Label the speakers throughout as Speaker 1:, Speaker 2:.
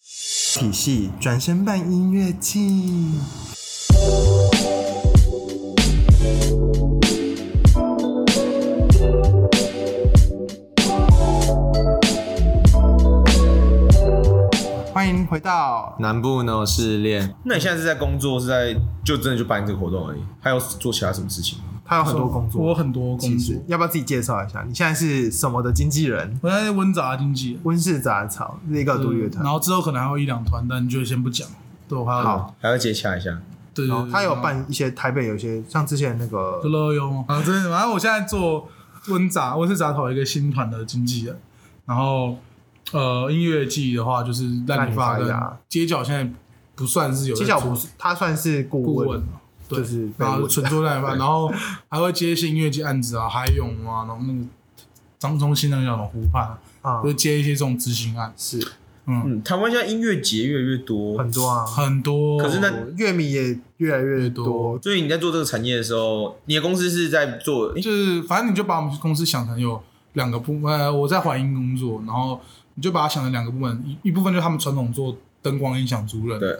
Speaker 1: 体系转身办音乐季。欢迎回到
Speaker 2: 南部呢是练，
Speaker 3: 那你现在是在工作，是在就真的就办这个活动而已，还有做其他什么事情吗？
Speaker 1: 他有很多工作，
Speaker 4: 我有很多
Speaker 1: 其
Speaker 4: 工作
Speaker 1: 实，要不要自己介绍一下？你现在是什么的经纪人？
Speaker 4: 我在温杂经济，嗯
Speaker 1: 温室杂草是一个独立乐团
Speaker 4: 然，后之后可能还有一两团，但就先不讲。对，我还有
Speaker 1: 好
Speaker 3: 还要接洽一下，
Speaker 4: 对
Speaker 1: 然
Speaker 4: 对
Speaker 1: 后
Speaker 4: 对，
Speaker 1: 哦他有办一些台北有一些像之前那个
Speaker 4: 就乐优吗？啊，真的，反正我现在做温杂温室杂草一个新团的经纪人，然后呃音乐季的话就是烂
Speaker 1: 烂泥
Speaker 4: 泥发
Speaker 1: 发
Speaker 4: 跟
Speaker 1: 芽
Speaker 4: 街角现在不算是有在
Speaker 1: 七角
Speaker 4: 做
Speaker 1: 不是，他算是顾
Speaker 4: 顾
Speaker 1: 问
Speaker 4: 问，，对
Speaker 1: 就是被
Speaker 4: 然后
Speaker 1: 问
Speaker 4: 纯 做烂泥发，然后还会接一些音乐季案子啊，海勇啊，然后那个张忠兴那个叫什么湖畔啊，
Speaker 1: 啊
Speaker 4: 就，接一些这种执行案，
Speaker 1: 是
Speaker 3: 嗯，台湾现在音乐节越来越多，
Speaker 1: 很多啊，
Speaker 4: 很多。
Speaker 3: 可是那
Speaker 1: 乐迷也越来越多
Speaker 4: 多，
Speaker 3: 所以你在做这个产业的时候，你的公司是在做，诶
Speaker 4: 就是反正你就把我们公司想成有两个部呃，我在环音工作，然后你就把它想成两个部门，一一部分就是他们传统做灯光音响主任，
Speaker 3: 对，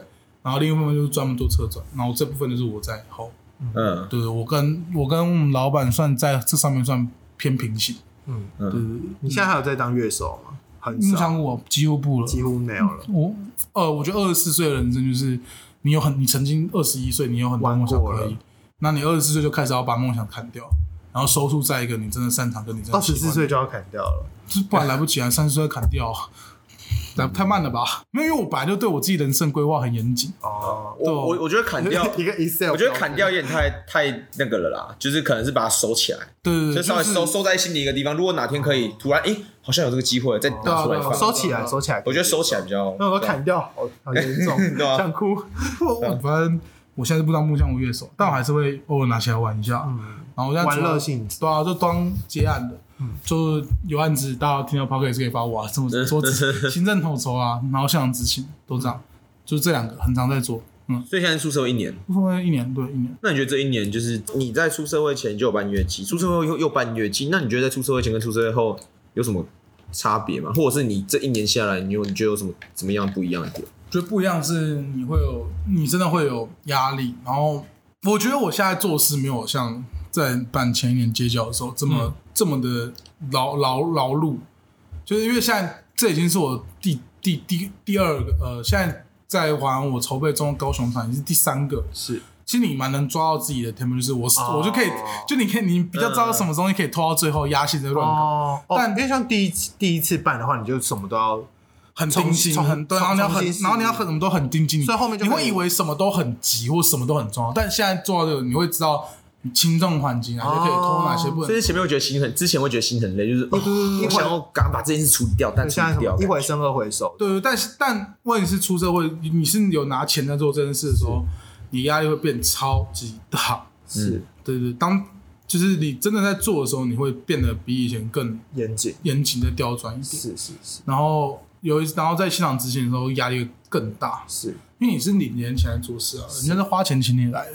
Speaker 4: 然后另一部分就是专门做车展，然后这部分就是我在后，
Speaker 3: 嗯，
Speaker 4: 对我跟我跟我们老板算在这上面算偏平行，
Speaker 1: 嗯，
Speaker 3: 嗯
Speaker 4: 对对对，
Speaker 1: 你现在还有在当乐手吗？很少，
Speaker 4: 目前我几乎不了，
Speaker 1: 几乎没有了，
Speaker 4: 我呃，我觉得二十四岁的人生就是你有很，你曾经二十一岁，你有很多
Speaker 1: 玩
Speaker 4: 梦想
Speaker 1: 过
Speaker 4: 可
Speaker 1: 了
Speaker 4: 以，那你二十四岁就开始要把梦想砍掉，然后收束在一个你真的擅长跟你真
Speaker 1: 到
Speaker 4: 的
Speaker 1: 十
Speaker 4: 喜
Speaker 1: 四
Speaker 4: 欢，
Speaker 1: 岁就要砍掉了，
Speaker 4: 就是不然来不及啊，三十岁砍掉，来太慢了吧？没有，因为我本来就对我自己人生规划很严谨，
Speaker 1: 哦，
Speaker 3: 我我我觉得砍 掉，
Speaker 1: 一个 Excel，
Speaker 3: 我觉得砍掉有点太太那个了啦，就是可能是把它收起来，
Speaker 4: 对对
Speaker 3: 就
Speaker 4: 对，
Speaker 3: 稍微
Speaker 4: 是
Speaker 3: 收收在心里一个地方。如果哪天可以突然，诶，好像有这个机会再拿出来
Speaker 4: 对啊对
Speaker 3: 放
Speaker 4: 啊，
Speaker 1: 收起来，收起来，
Speaker 3: 我觉得收起来比较，
Speaker 1: 那我砍掉好好严重
Speaker 3: ，对啊
Speaker 1: 想哭，
Speaker 4: 我我反正我现在是不当木匠，我乐手，但我还是会偶尔拿起来玩一下，
Speaker 1: 嗯，
Speaker 4: 然后我现在
Speaker 1: 玩
Speaker 4: 除了
Speaker 1: 乐性质，
Speaker 4: 对啊，就当接案的，就是有案子，大家听到 p o c k e t 是可以发我啊，什么说执行政统筹啊，然后现场执行都这样，就是这两个很常在做，嗯，
Speaker 3: 所以现在出社会一年，
Speaker 4: 不分一年对一年，
Speaker 3: 那你觉得这一年就是你在出社会前就有办乐器，出社会后又又办乐器，那你觉得在出社会前跟出社会后有什么差别吗？或者是你这一年下来，你有你觉得有什么怎么样不一样的点？
Speaker 4: 觉得不一样是你会有，你真的会有压力，然后我觉得我现在做事没有像在办前一年街角的时候这
Speaker 1: 嗯
Speaker 4: 么、这么的劳劳劳碌，就是因为现在这已经是我第第第第二个呃，现在在玩我筹备中的高雄场已经是第三个，
Speaker 1: 是
Speaker 4: 其实你蛮能抓到自己的 tempo，就是我、
Speaker 1: 哦
Speaker 4: 我就可以，就你可以，你比较知道
Speaker 3: 嗯
Speaker 4: 什么东西可以拖到最后压线再乱搞，
Speaker 1: 哦，哦
Speaker 4: 但
Speaker 1: 因为像第一次第一次办的话，你就什么都要，
Speaker 4: 很
Speaker 1: 重
Speaker 4: 盯紧，
Speaker 1: 重
Speaker 4: 很对，然后你要
Speaker 1: 重
Speaker 4: 很
Speaker 1: 新，试
Speaker 4: 然后你要很什么都很盯紧，
Speaker 1: 所以后面就
Speaker 4: 你
Speaker 1: 可
Speaker 4: 会
Speaker 1: 以
Speaker 4: 以为什么都很急或什么都很重要，但现在做到这个，你会知道你轻重缓急哪些可以
Speaker 1: 哦
Speaker 4: 拖，哪些不
Speaker 3: 所
Speaker 4: 能。
Speaker 3: 以前面我觉得心很，之前我觉得心很累，就是、哦、我想要赶快把这件事处理掉，但处
Speaker 1: 像什
Speaker 3: 理不掉
Speaker 1: 么一回生二回熟，
Speaker 4: 对对，但是但问题是出社会，你是有拿钱在做这件事的时候，你压力会变超级大。
Speaker 1: 是
Speaker 3: 嗯
Speaker 4: 对对，当就是你真的在做的时候，你会变得比以前更
Speaker 1: 严谨，
Speaker 4: 严谨的刁钻一点。
Speaker 1: 是是是
Speaker 4: 然后有一，然后在现场执行的时候压力更大，
Speaker 1: 是，
Speaker 4: 因为你是领年钱来做事啊，人家是花钱请你来的，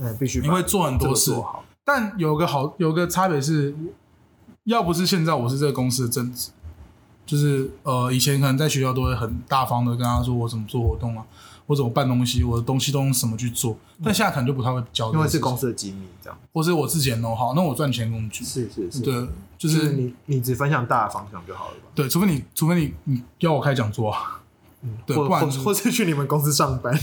Speaker 1: 嗯，必须把
Speaker 4: 你会做很
Speaker 1: 这
Speaker 4: 多
Speaker 1: 个
Speaker 4: 事。
Speaker 1: 做好，
Speaker 4: 但有个好，有个差别是，要不是现在我是这个公司的正职，就是呃，以前可能在学校都会很大方的跟他说我怎么做活动啊，我怎么办东西，我的东西都用什么去做。但现在可能就不太会
Speaker 1: 嗯
Speaker 4: 教这
Speaker 1: 因
Speaker 4: 件
Speaker 1: 为
Speaker 4: 事
Speaker 1: 是
Speaker 4: 情，
Speaker 1: 公司的机密这样，
Speaker 4: 或是我自己的 know how，那我赚钱工具。
Speaker 1: 是是是，
Speaker 4: 对，
Speaker 1: 就
Speaker 4: 就
Speaker 1: 是
Speaker 4: 是
Speaker 1: 你你只分享大的方向就好了吧？
Speaker 4: 对，除非你，除非你，你要我开讲座啊，
Speaker 1: 嗯
Speaker 4: 对
Speaker 1: 或
Speaker 4: 不然
Speaker 1: 或
Speaker 4: 就是
Speaker 1: 或是去你们公司上 班，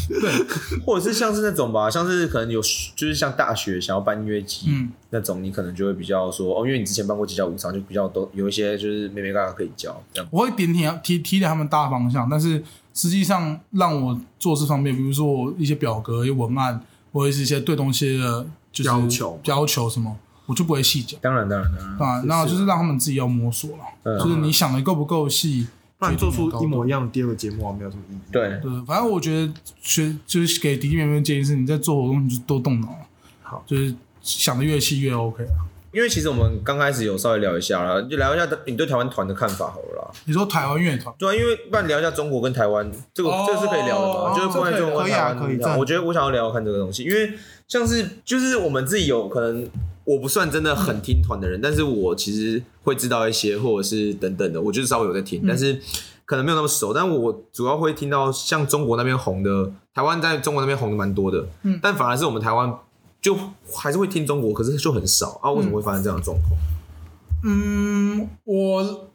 Speaker 3: 或者是像是那种吧，像是可能有就是像大学想要办音乐季、
Speaker 4: 嗯
Speaker 3: 那种，你可能就会比较说哦，因为你之前办过几教舞场，就比较都有一些就是妹妹嘎嘎可以教这样。
Speaker 4: 我会点点提提点他们大方向，但是实际上让我做事方面，比如说我一些表格、一些文案，或者是一些对东西的就是
Speaker 1: 要求
Speaker 4: 要求什么，我就不会细讲
Speaker 3: 当然，当然，当然，
Speaker 4: 啊。那就是让他们自己要摸索了，
Speaker 3: 嗯
Speaker 4: 就是你想的够不够细，
Speaker 1: 不然做出一模
Speaker 4: 样。
Speaker 1: 一样的第二个节目啊，没有什么意义。
Speaker 3: 对，
Speaker 4: 对，反正我觉得学就是给弟弟妹妹的建议是，你在做活动你就多动脑，
Speaker 1: 好，
Speaker 4: 就是想的越细越 OK 啊。
Speaker 3: 因为其实我们刚开始有稍微聊一下啦，就聊一下你对台湾团的看法好了啦。
Speaker 4: 你说台湾乐团，
Speaker 3: 对啊，因为不然聊一下中国跟台湾，这个、
Speaker 4: 哦
Speaker 3: 这个是可以聊的嘛？
Speaker 4: 哦
Speaker 3: 就是关于中国跟台湾，
Speaker 1: 可以啊可以这
Speaker 3: 的。
Speaker 1: 样
Speaker 3: 我觉得我想要聊看这个东西，因为像是就是我们自己有可能，我不算真的很
Speaker 1: 嗯
Speaker 3: 听团的人，但是我其实会知道一些，或者是等等的，我就是稍微有在听，但是。可能没有那么熟，但我主要会听到像中国那边红的，台湾在中国那边红的蛮多的，
Speaker 4: 嗯
Speaker 3: 但反而是我们台湾就还是会听中国，可是就很少啊。为什么会发生这样的状况？
Speaker 4: 嗯，我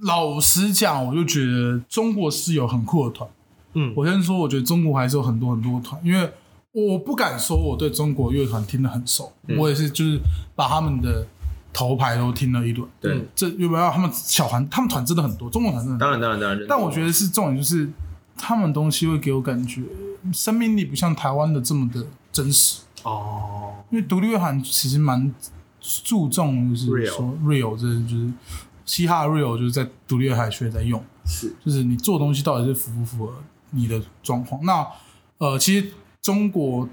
Speaker 4: 老实讲，我就觉得中国是有很酷的团。
Speaker 1: 嗯
Speaker 4: 我先说，我觉得中国还是有很多很多团，因为我不敢说我对中国乐团听得很熟，我也是就是把他们的头牌都听了一轮。
Speaker 3: 对
Speaker 4: 嗯这有没有他们小团？他们团真的很多，中国团真的很多。
Speaker 3: 当然，当然，当然。
Speaker 4: 但我觉得是重点就是他们东西会给我感觉生命力不像台湾的这么的真实。
Speaker 1: 哦，
Speaker 4: 因为独立乐团其实蛮注重就是说 real，这就是嘻哈 real，就是在独立乐团学在用，
Speaker 1: 是
Speaker 4: 就是你做东西到底是符不符合你的状况。那呃，其实中国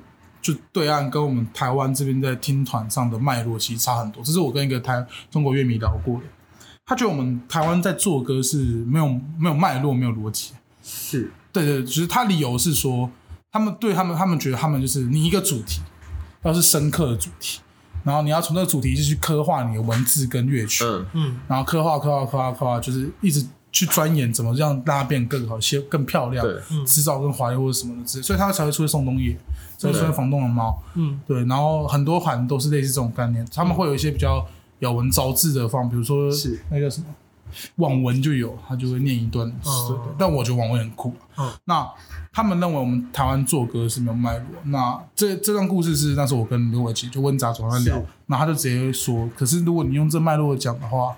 Speaker 4: 就对岸跟我们台湾这边在听团上的脉络其实差很多，这是我跟一个台中国乐迷聊过的。他觉得我们台湾在做歌是没有没有脉络、没有逻辑，
Speaker 1: 是
Speaker 4: 对对，只是他理由是说，他们对他们，他们觉得他们就是你一个主题，要是深刻的主题，然后你要从这个主题就去刻画你的文字跟乐曲，
Speaker 3: 嗯，
Speaker 1: 嗯
Speaker 4: 然后刻画刻画刻画刻画，就是一直去钻研怎么让大家变更好、些更漂亮
Speaker 3: 对，
Speaker 1: 嗯
Speaker 4: 制造更华丽或者什么的之类，所以他才会出现宋冬野，才会出现房东的猫，
Speaker 1: 嗯
Speaker 4: 对，然后很多款都是类似这种概念，他们会有一些比较咬文嚼字的方，比如说
Speaker 1: 是
Speaker 4: 那叫什么网文就有，他就会念一段，
Speaker 1: 哦
Speaker 4: 对对但我觉得网文很酷、啊
Speaker 1: 嗯
Speaker 4: 那他们认为我们台湾做歌是没有脉络，那这这段故事是那时候我跟刘伟奇就问杂总在聊
Speaker 1: 是，
Speaker 4: 那他就直接说，可是如果你用这脉络讲的话，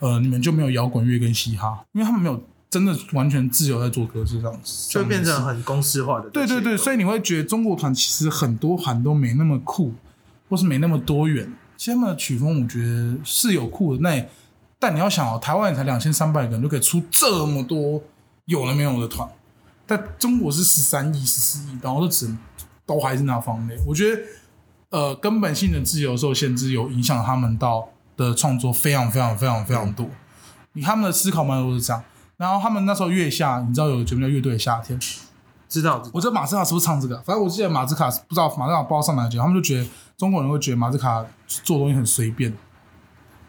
Speaker 4: 呃，你们就没有摇滚乐跟嘻哈，因为他们没有真的完全自由在做歌这样子，
Speaker 1: 就会变
Speaker 4: 这样
Speaker 1: 成
Speaker 4: 子
Speaker 1: 很公式化的。
Speaker 4: 对对对，所以你会觉得中国团其实很多团都没那么酷，或是没那么多元。其实他们的曲风我觉得是有酷的，那也但你要想哦，台湾也才两千三百个人就可以出这么多有了没有的团，但中国是十三亿、十四亿，然后就只能都还是那方类。我觉得呃，根本性的自由受限制有影响他们到的创作非常非常非常非常多。你看他们的思考脉络是这样，然后他们那时候月下，你知道有节目叫《乐队的夏天》，
Speaker 1: 知道知道
Speaker 4: 我知道马自卡是不是唱这个啊？反正我记得马自卡不知道马自卡不知道上哪个节目，他们就觉得中国人会觉得马自卡做东西很随便，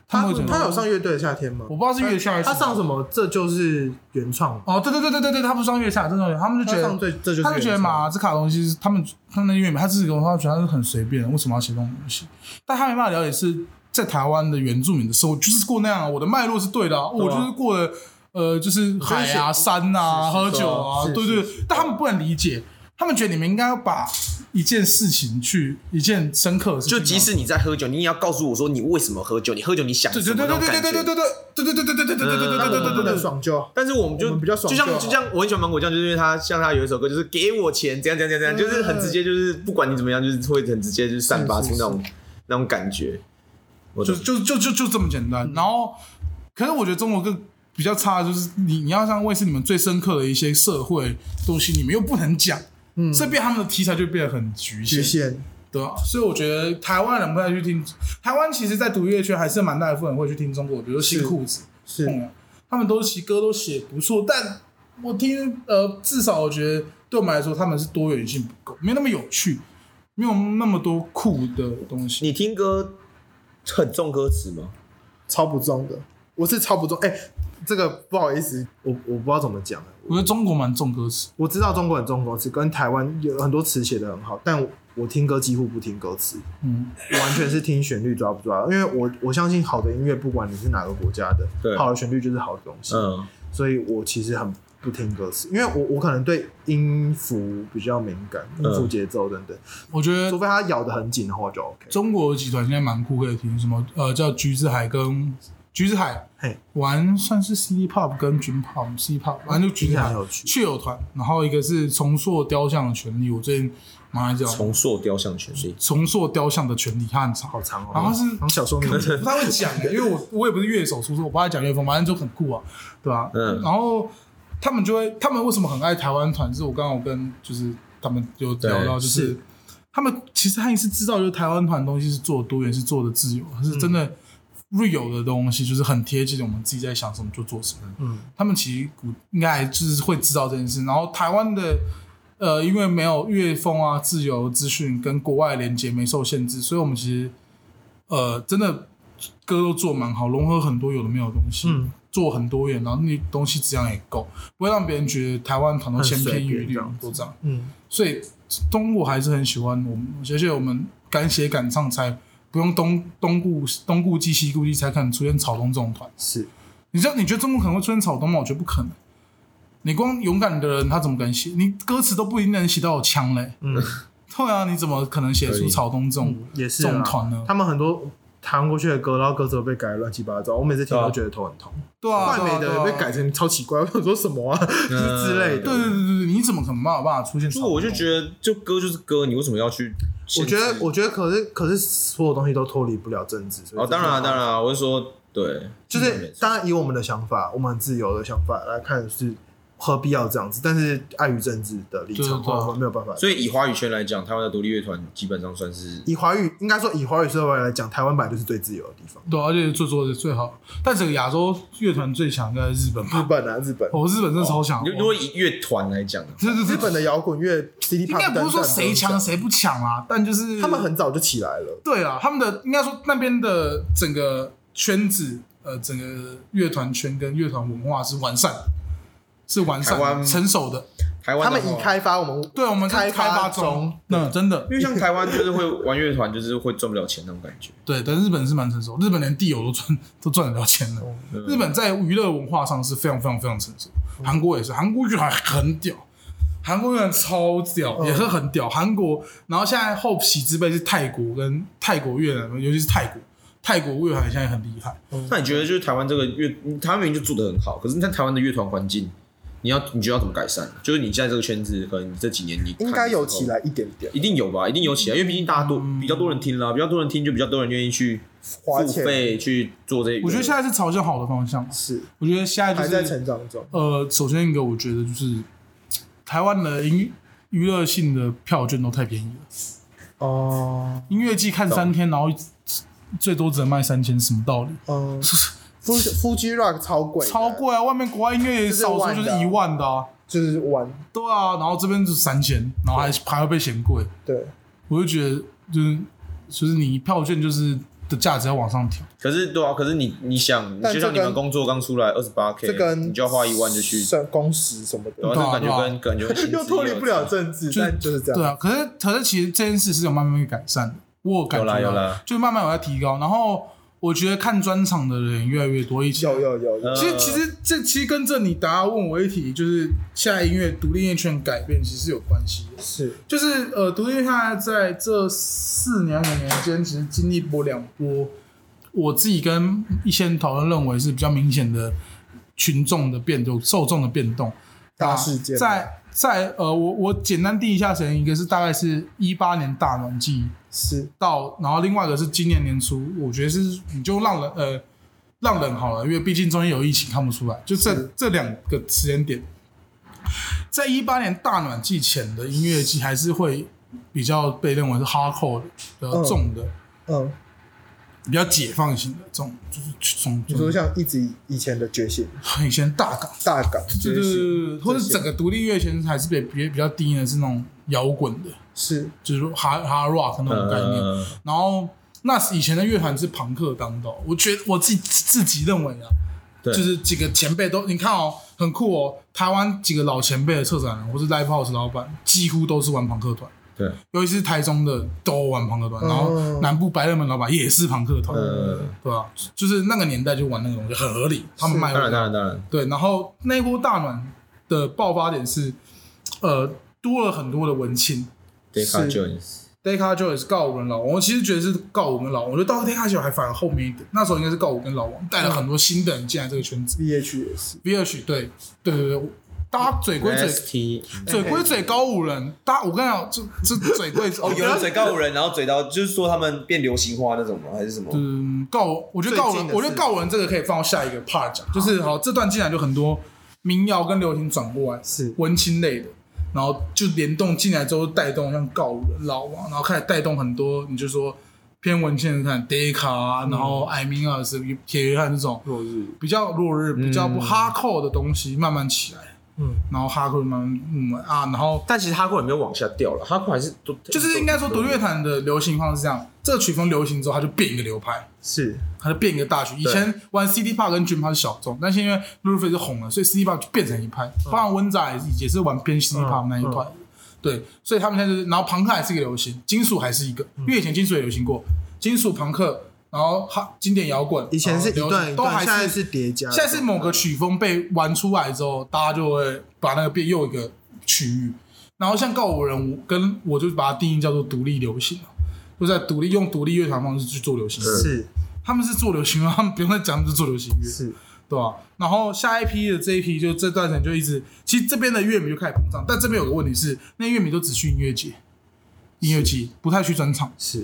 Speaker 4: 他们会觉得
Speaker 1: 他有上乐队的夏天吗？
Speaker 4: 我不知道是月下还是
Speaker 1: 他上什么？这就是原创，
Speaker 4: 哦，对对对对对对，他不是上月下，真的，他们就
Speaker 1: 他
Speaker 4: 觉
Speaker 1: 上
Speaker 4: 得。
Speaker 1: 最这就是
Speaker 4: 他们觉得
Speaker 1: 原创
Speaker 4: 马自卡的东西是他们他们的乐迷，他自己跟我说，他觉得他是很随便的，为什么要写这种东西？但他没办法了解是在台湾的原住民的生活就是过那样、啊，我的脉络是对的、啊，我就是过的呃就是海啊山啊
Speaker 1: 是
Speaker 4: 喝酒啊，
Speaker 1: 是
Speaker 4: 对
Speaker 1: 是
Speaker 4: 对
Speaker 1: 是是
Speaker 4: 但他们不能理解，他们觉得你们应该要把一件事情去一件深刻的事情
Speaker 3: 就
Speaker 4: 让，
Speaker 3: 即使你在喝酒，你也要告诉我说你为什么喝酒，你喝酒你想
Speaker 4: 对
Speaker 3: 什
Speaker 4: 对
Speaker 3: 么
Speaker 4: 对
Speaker 3: 那种
Speaker 4: 对对
Speaker 3: 感
Speaker 4: 对对对
Speaker 3: 觉。
Speaker 4: 对对对对对对对对对
Speaker 1: 对对
Speaker 4: 对对对
Speaker 1: 对
Speaker 4: 对
Speaker 1: 对
Speaker 4: 对。
Speaker 1: 爽就
Speaker 3: 但是我们
Speaker 1: 我
Speaker 3: 就
Speaker 1: 们比较爽
Speaker 3: 就像
Speaker 1: 就好
Speaker 3: 就像我很喜欢芒果酱，就是因为它像它有一首歌就是给我钱，怎样怎样怎样，怎样，就是很直接，就是不管你怎么样，就是会很直接，就是散发出那种那种感觉。我
Speaker 4: 就
Speaker 3: 懂
Speaker 4: 就就就就这么简
Speaker 1: 嗯
Speaker 4: 单。然后，可是我觉得中国更比较差的就是你你要像卫视你们最深刻的一些社会东西，你们又不能讲，嗯，这边他们的题材就变得很局限，
Speaker 1: 局限，
Speaker 4: 对啊。所以我觉得台湾人不太去听，台湾其实在独立乐圈还是蛮大一部分人会去听中国，比如说新裤子、
Speaker 1: 是
Speaker 4: 痛痒，他们都其实歌都写不错，但我听呃，至少我觉得对我们来说，他们是多元性不够，没那么有趣，没有那么多酷的东西。
Speaker 3: 你听歌很重歌词吗？
Speaker 1: 超不重的，我是超不重。哎、这个不好意思，我我不知道怎么讲了。
Speaker 4: 我觉得中国蛮重歌词。
Speaker 1: 我知道中国很重歌词，跟台湾有很多词写的很好，但我我听歌几乎不听歌词，
Speaker 4: 嗯
Speaker 1: 我完全是听旋律抓不抓。因为我我相信好的音乐，不管你是哪个国家
Speaker 3: 对
Speaker 1: 的，好的旋律就是好的东西。
Speaker 3: 嗯，
Speaker 1: 所以我其实很不听歌词，因为我我可能对音符比较敏感，
Speaker 3: 嗯
Speaker 1: 音符节奏等等，，
Speaker 4: 我觉
Speaker 1: 除
Speaker 4: 得
Speaker 1: 非它咬得很紧的话我就 OK。
Speaker 4: 中国有集团现在蛮酷，可以听什么呃叫橘子海跟橘子海
Speaker 1: 嘿，
Speaker 4: 玩算是 CD pop 跟 dream pop CD pop，反正就橘子
Speaker 1: 听起
Speaker 4: 海
Speaker 1: 来很有趣
Speaker 4: 雀友团，然后一个是重塑雕像的权利，我最近蛮爱讲
Speaker 3: 重塑雕像权利。
Speaker 4: 重塑雕像的权利，他很长，
Speaker 1: 好长哦，
Speaker 4: 然后是
Speaker 1: 像小说名
Speaker 4: 不太会讲、因为我我也不是乐手出身，我不太讲乐风，反正就很酷啊，对吧、
Speaker 3: 嗯
Speaker 4: 然后他们就会，他们为什么很爱台湾团？是我刚刚我跟就是他们有聊到，
Speaker 3: 对
Speaker 4: 就是
Speaker 1: 是
Speaker 4: 他们其实他也是知道，就是台湾团的东西是做得多元，是做的自由，是真的 real 的东西，就是很贴近我们自己在想什么就做什么。
Speaker 1: 嗯，
Speaker 4: 他们其实古应该就是会知道这件事。然后台湾的呃，因为没有乐风啊、自由资讯跟国外连接没受限制，所以我们其实呃真的歌都做蛮好，融合很多有的没有的东西。
Speaker 1: 嗯，
Speaker 4: 做很多元，然后那东西质量也够，不会让别人觉得台湾团队千篇一
Speaker 1: 很随便
Speaker 4: 律
Speaker 1: 这样子
Speaker 4: 都这样。
Speaker 1: 嗯，
Speaker 4: 所以东部还是很喜欢我们，而且我们敢写敢唱才不用东东顾东顾忌西顾忌，才可能出现草东这种团。
Speaker 1: 是
Speaker 4: 你知道你觉得中国可能会出现草东吗？我觉得不可能。你光勇敢的人，他怎么敢写？你歌词都不一定能写到有枪嘞。
Speaker 1: 嗯，
Speaker 4: 对啊，你怎么可能写
Speaker 3: 可
Speaker 4: 出
Speaker 3: 以
Speaker 4: 草东这种、
Speaker 1: 嗯也是
Speaker 4: 这种
Speaker 1: 啦
Speaker 4: 团呢？
Speaker 1: 他们很多弹过去的歌，然后歌词都被改得乱七八糟，我每次听
Speaker 3: 对啊
Speaker 1: 都觉得头很痛。
Speaker 4: 对啊，
Speaker 1: 怪
Speaker 4: 对
Speaker 1: 美
Speaker 4: 啊
Speaker 1: 的也
Speaker 4: 对啊
Speaker 1: 被改成超奇怪，我想说什么啊
Speaker 3: 嗯
Speaker 1: 之类
Speaker 4: 对
Speaker 1: 的。
Speaker 4: 对对对对，你怎么可能没有办法出现草
Speaker 3: 所以
Speaker 4: 东？
Speaker 3: 我就觉得，就歌就是歌，你为什么要去
Speaker 1: 我
Speaker 3: 限制？
Speaker 1: 觉得，我觉得可是可是所有东西都脱离不了政治。所以
Speaker 3: 哦，当然啊
Speaker 1: 这个
Speaker 3: 当然啊，我是说，对，嗯
Speaker 1: 就是当然以我们的想法，我们很自由的想法来看是何必要这样子，但是碍于政治的立
Speaker 4: 对对
Speaker 1: 场，
Speaker 4: 对
Speaker 1: 我们没有办法。
Speaker 3: 所以以华语圈来讲，台湾的独立乐团基本上算是
Speaker 1: 以华语应该说以华语社会来讲，台湾版就是最自由的地方。
Speaker 4: 对啊，而且做做的最好，但整个亚洲乐团最强应该 是日本吧
Speaker 1: 日？本啊，日本，
Speaker 4: 哦，日本真的超强，
Speaker 3: 如如果以乐团来讲啊，
Speaker 4: 这这
Speaker 1: 日
Speaker 4: 这
Speaker 1: 本的摇滚乐 CD
Speaker 4: 应该不是说谁强，谁不强啊，但就是
Speaker 1: 他们很早就起来了。
Speaker 4: 对啊，他们的应该说那边的整个圈子，呃，整个乐团圈跟乐团文化是完善的，是完善
Speaker 3: 台湾
Speaker 4: 的、成熟的。
Speaker 3: 台湾
Speaker 1: 他
Speaker 3: 的
Speaker 1: 们已
Speaker 3: 话，
Speaker 1: 开发，我们
Speaker 4: 对，我们
Speaker 1: 开
Speaker 4: 在开发
Speaker 1: 中
Speaker 4: 中，，那真的
Speaker 3: 因为像台湾就是会玩乐团，就是会赚不了钱那种感觉。
Speaker 4: 对，但日本是蛮成熟，日本连地友都赚 都赚得了钱的。
Speaker 3: 嗯
Speaker 4: 日本在娱乐文化上是非常非常非常成熟，韩国也是，韩国乐团很屌，韩国乐团超屌，
Speaker 1: 嗯
Speaker 4: 也是很屌。韩国，然后现在后起之辈是泰国跟泰国乐团，尤其是泰国，泰国乐团现在很厉害。
Speaker 1: 嗯
Speaker 3: 那你觉得就是台湾这个乐，台湾明明就做得很好，可是在台湾的乐团环境，你要你觉得要怎么改善？就是你现在这个圈子，可能你这几年你
Speaker 1: 应该有起，来一点点，
Speaker 3: 一定有吧，一定有起来，因为毕竟大家多比较多人听啦，比较多人听就比较多人愿意去
Speaker 1: 花
Speaker 3: 付
Speaker 1: 钱
Speaker 3: 费去做这些。
Speaker 4: 我觉得现在是朝向好的方向，啊
Speaker 1: 是
Speaker 4: 我觉得现在就
Speaker 1: 还
Speaker 4: 是
Speaker 1: 在成长中。
Speaker 4: 呃，首先一个，我觉得就是台湾的音娱乐性的票券都太便宜了。
Speaker 1: 哦，
Speaker 4: 音乐季看三天，然后最多只能卖三千，什么道理？
Speaker 1: 嗯，夫夫 G Rock 超贵的，
Speaker 4: 超贵啊！外面国外音乐也少说就是一万的、啊，
Speaker 1: 就是玩
Speaker 4: 对啊，然后这边就是三千，然后还还会被嫌贵，
Speaker 1: 对，
Speaker 4: 我就觉得就是就是你票券就是的价值要往上调，
Speaker 3: 可是对啊，可是你你想，
Speaker 1: 但
Speaker 3: 就像你
Speaker 1: 这
Speaker 3: 们
Speaker 1: 跟
Speaker 3: 工作刚出来二十八 k，
Speaker 1: 这跟
Speaker 3: 你就要花一万就去，
Speaker 1: 算工时什么
Speaker 3: 对啊，
Speaker 1: 的，
Speaker 3: 这
Speaker 4: 对啊
Speaker 3: 感觉跟感觉跟薪资
Speaker 1: 又脱离不了政治，
Speaker 4: 就
Speaker 1: 但就是这
Speaker 4: 对
Speaker 1: 样。
Speaker 4: 啊。可是可是其实这件事是有慢慢被改善的，我有感
Speaker 3: 有
Speaker 4: 觉
Speaker 3: 啦有
Speaker 4: 到，
Speaker 3: 啦，
Speaker 4: 就慢慢有在提高。然后我觉得看专场的人越来越多，一起
Speaker 1: 有有有有，
Speaker 4: 其实
Speaker 3: 呃
Speaker 4: 其实这其实跟这你答问我一题，就是现在音乐独立音乐圈改变其实有关系的。
Speaker 1: 是
Speaker 4: 就是呃，独立乐团在这四年五年间，其实经历过两波，我自己跟一些人讨论认为是比较明显的群众的变动、受众的变动
Speaker 1: 大
Speaker 4: 啊
Speaker 1: 事件
Speaker 4: 在在呃，我我简单定一下时间，一个是大概是一八年大农季
Speaker 1: 是
Speaker 4: 到，然后另外一个是今年年初，我觉得是你就让人呃让人好了，因为毕竟中间有疫情看不出来，就这
Speaker 1: 是
Speaker 4: 这两个时间点，在一八年大暖季前的音乐季还是会比较被认为是 hardcore 的比较重的、
Speaker 1: 嗯，
Speaker 4: 比较解放型的这种，就是这种
Speaker 1: 你说像一直以前的觉醒，
Speaker 4: 以前大港。
Speaker 1: 大港觉
Speaker 4: 对对
Speaker 1: 醒，
Speaker 4: 对，对或者整个独立乐圈还是比比比较定义的是那种摇滚的，
Speaker 1: 是
Speaker 4: 就是说 hard hard rock 那种概念。
Speaker 1: 嗯
Speaker 3: 呃，
Speaker 4: 然后那以前的乐团是朋克当道，我觉得我自己自己认为啊，
Speaker 3: 对
Speaker 4: 就是几个前辈都你看哦，很酷哦，台湾几个老前辈的策展人或是 live house 老板，几乎都是玩朋克团，
Speaker 3: 对，
Speaker 4: 尤其是台中的都玩朋克团，
Speaker 1: 嗯
Speaker 4: 然后南部白热门老板也是朋克团，
Speaker 3: 呃，
Speaker 4: 对吧、就是那个年代就玩那个东西，很合理，他们
Speaker 1: 是
Speaker 4: 卖
Speaker 3: 当然当然当然，
Speaker 4: 对，然后那一波大暖的爆发点是，呃，多了很多的文青。
Speaker 3: d e c a
Speaker 1: 是
Speaker 3: Jones，
Speaker 4: Deca Jones 告五跟老王，我其实觉得是告五跟老王，我觉得到 Deca Jones 还反而后面一点，那时候应该是告五跟老王带了很多新的人进来这个圈子。
Speaker 1: V H 也是
Speaker 4: B H 对对对对，大家嘴归嘴，
Speaker 3: ST，
Speaker 4: 嘴归嘴高五人，大家我跟你讲，这这嘴归
Speaker 3: 哦，有人嘴告五人，然后嘴到就是说他们变流行化那种吗？还是什么？
Speaker 4: 嗯，告我觉得告
Speaker 1: 最近
Speaker 4: 人，
Speaker 1: 的
Speaker 4: 我觉得
Speaker 1: 是
Speaker 4: 告人这个可以放到下一个 part 讲，就是好这段进来就很多民谣跟流行转过来，
Speaker 1: 是
Speaker 4: 文青类的，然后就联动进来之后带动像告人老王，然后开始带动很多，你就说偏文青的看 Deca 啊，然后艾米尔是铁约翰这种
Speaker 1: 落日，
Speaker 4: 比较落日、比较不哈扣的东西慢慢起来，
Speaker 1: 嗯，
Speaker 4: 然后哈克慢慢嗯啊，然后
Speaker 3: 但其实哈库也没有往下掉了，哈库还是都
Speaker 4: 就是应该说独立乐坛的流行方式是这样，这个曲风流行之后，它就变一个流派，
Speaker 1: 是
Speaker 4: 它就变一个大曲。以前玩 CD Park 跟 Dream Park 是小众，但是因为 l u f y 是红了，所以 CD Park 就变成一派。包含温仔也是也是玩偏 CD Park 那一派，对，所以他们现在就是，然后朋克还是一个流行，金属还是一个，因为以前金属也流行过，金属朋克，然后哈经典摇滚，
Speaker 1: 以前是一
Speaker 4: 然后流
Speaker 1: 段
Speaker 4: 行
Speaker 1: 一
Speaker 4: 哦都
Speaker 1: 段，
Speaker 4: 还
Speaker 1: 现在是叠加的，
Speaker 4: 现在是某个曲风被玩出来之后，大家就会把那个变又一个区域。然后像告五人，我跟我就把它定义叫做独立流行，啊就在独立用独立乐团方式去做流行乐。
Speaker 1: 是
Speaker 4: 他们是做流行乐，他们不用再讲，他们是做流行乐，
Speaker 1: 是
Speaker 4: 对吧、然后下一批的这一批，就这段时间就一直，其实这边的乐迷就开始膨胀，但这边有个问题是，那乐迷都只去音乐节、音乐季，不太去专场。
Speaker 1: 是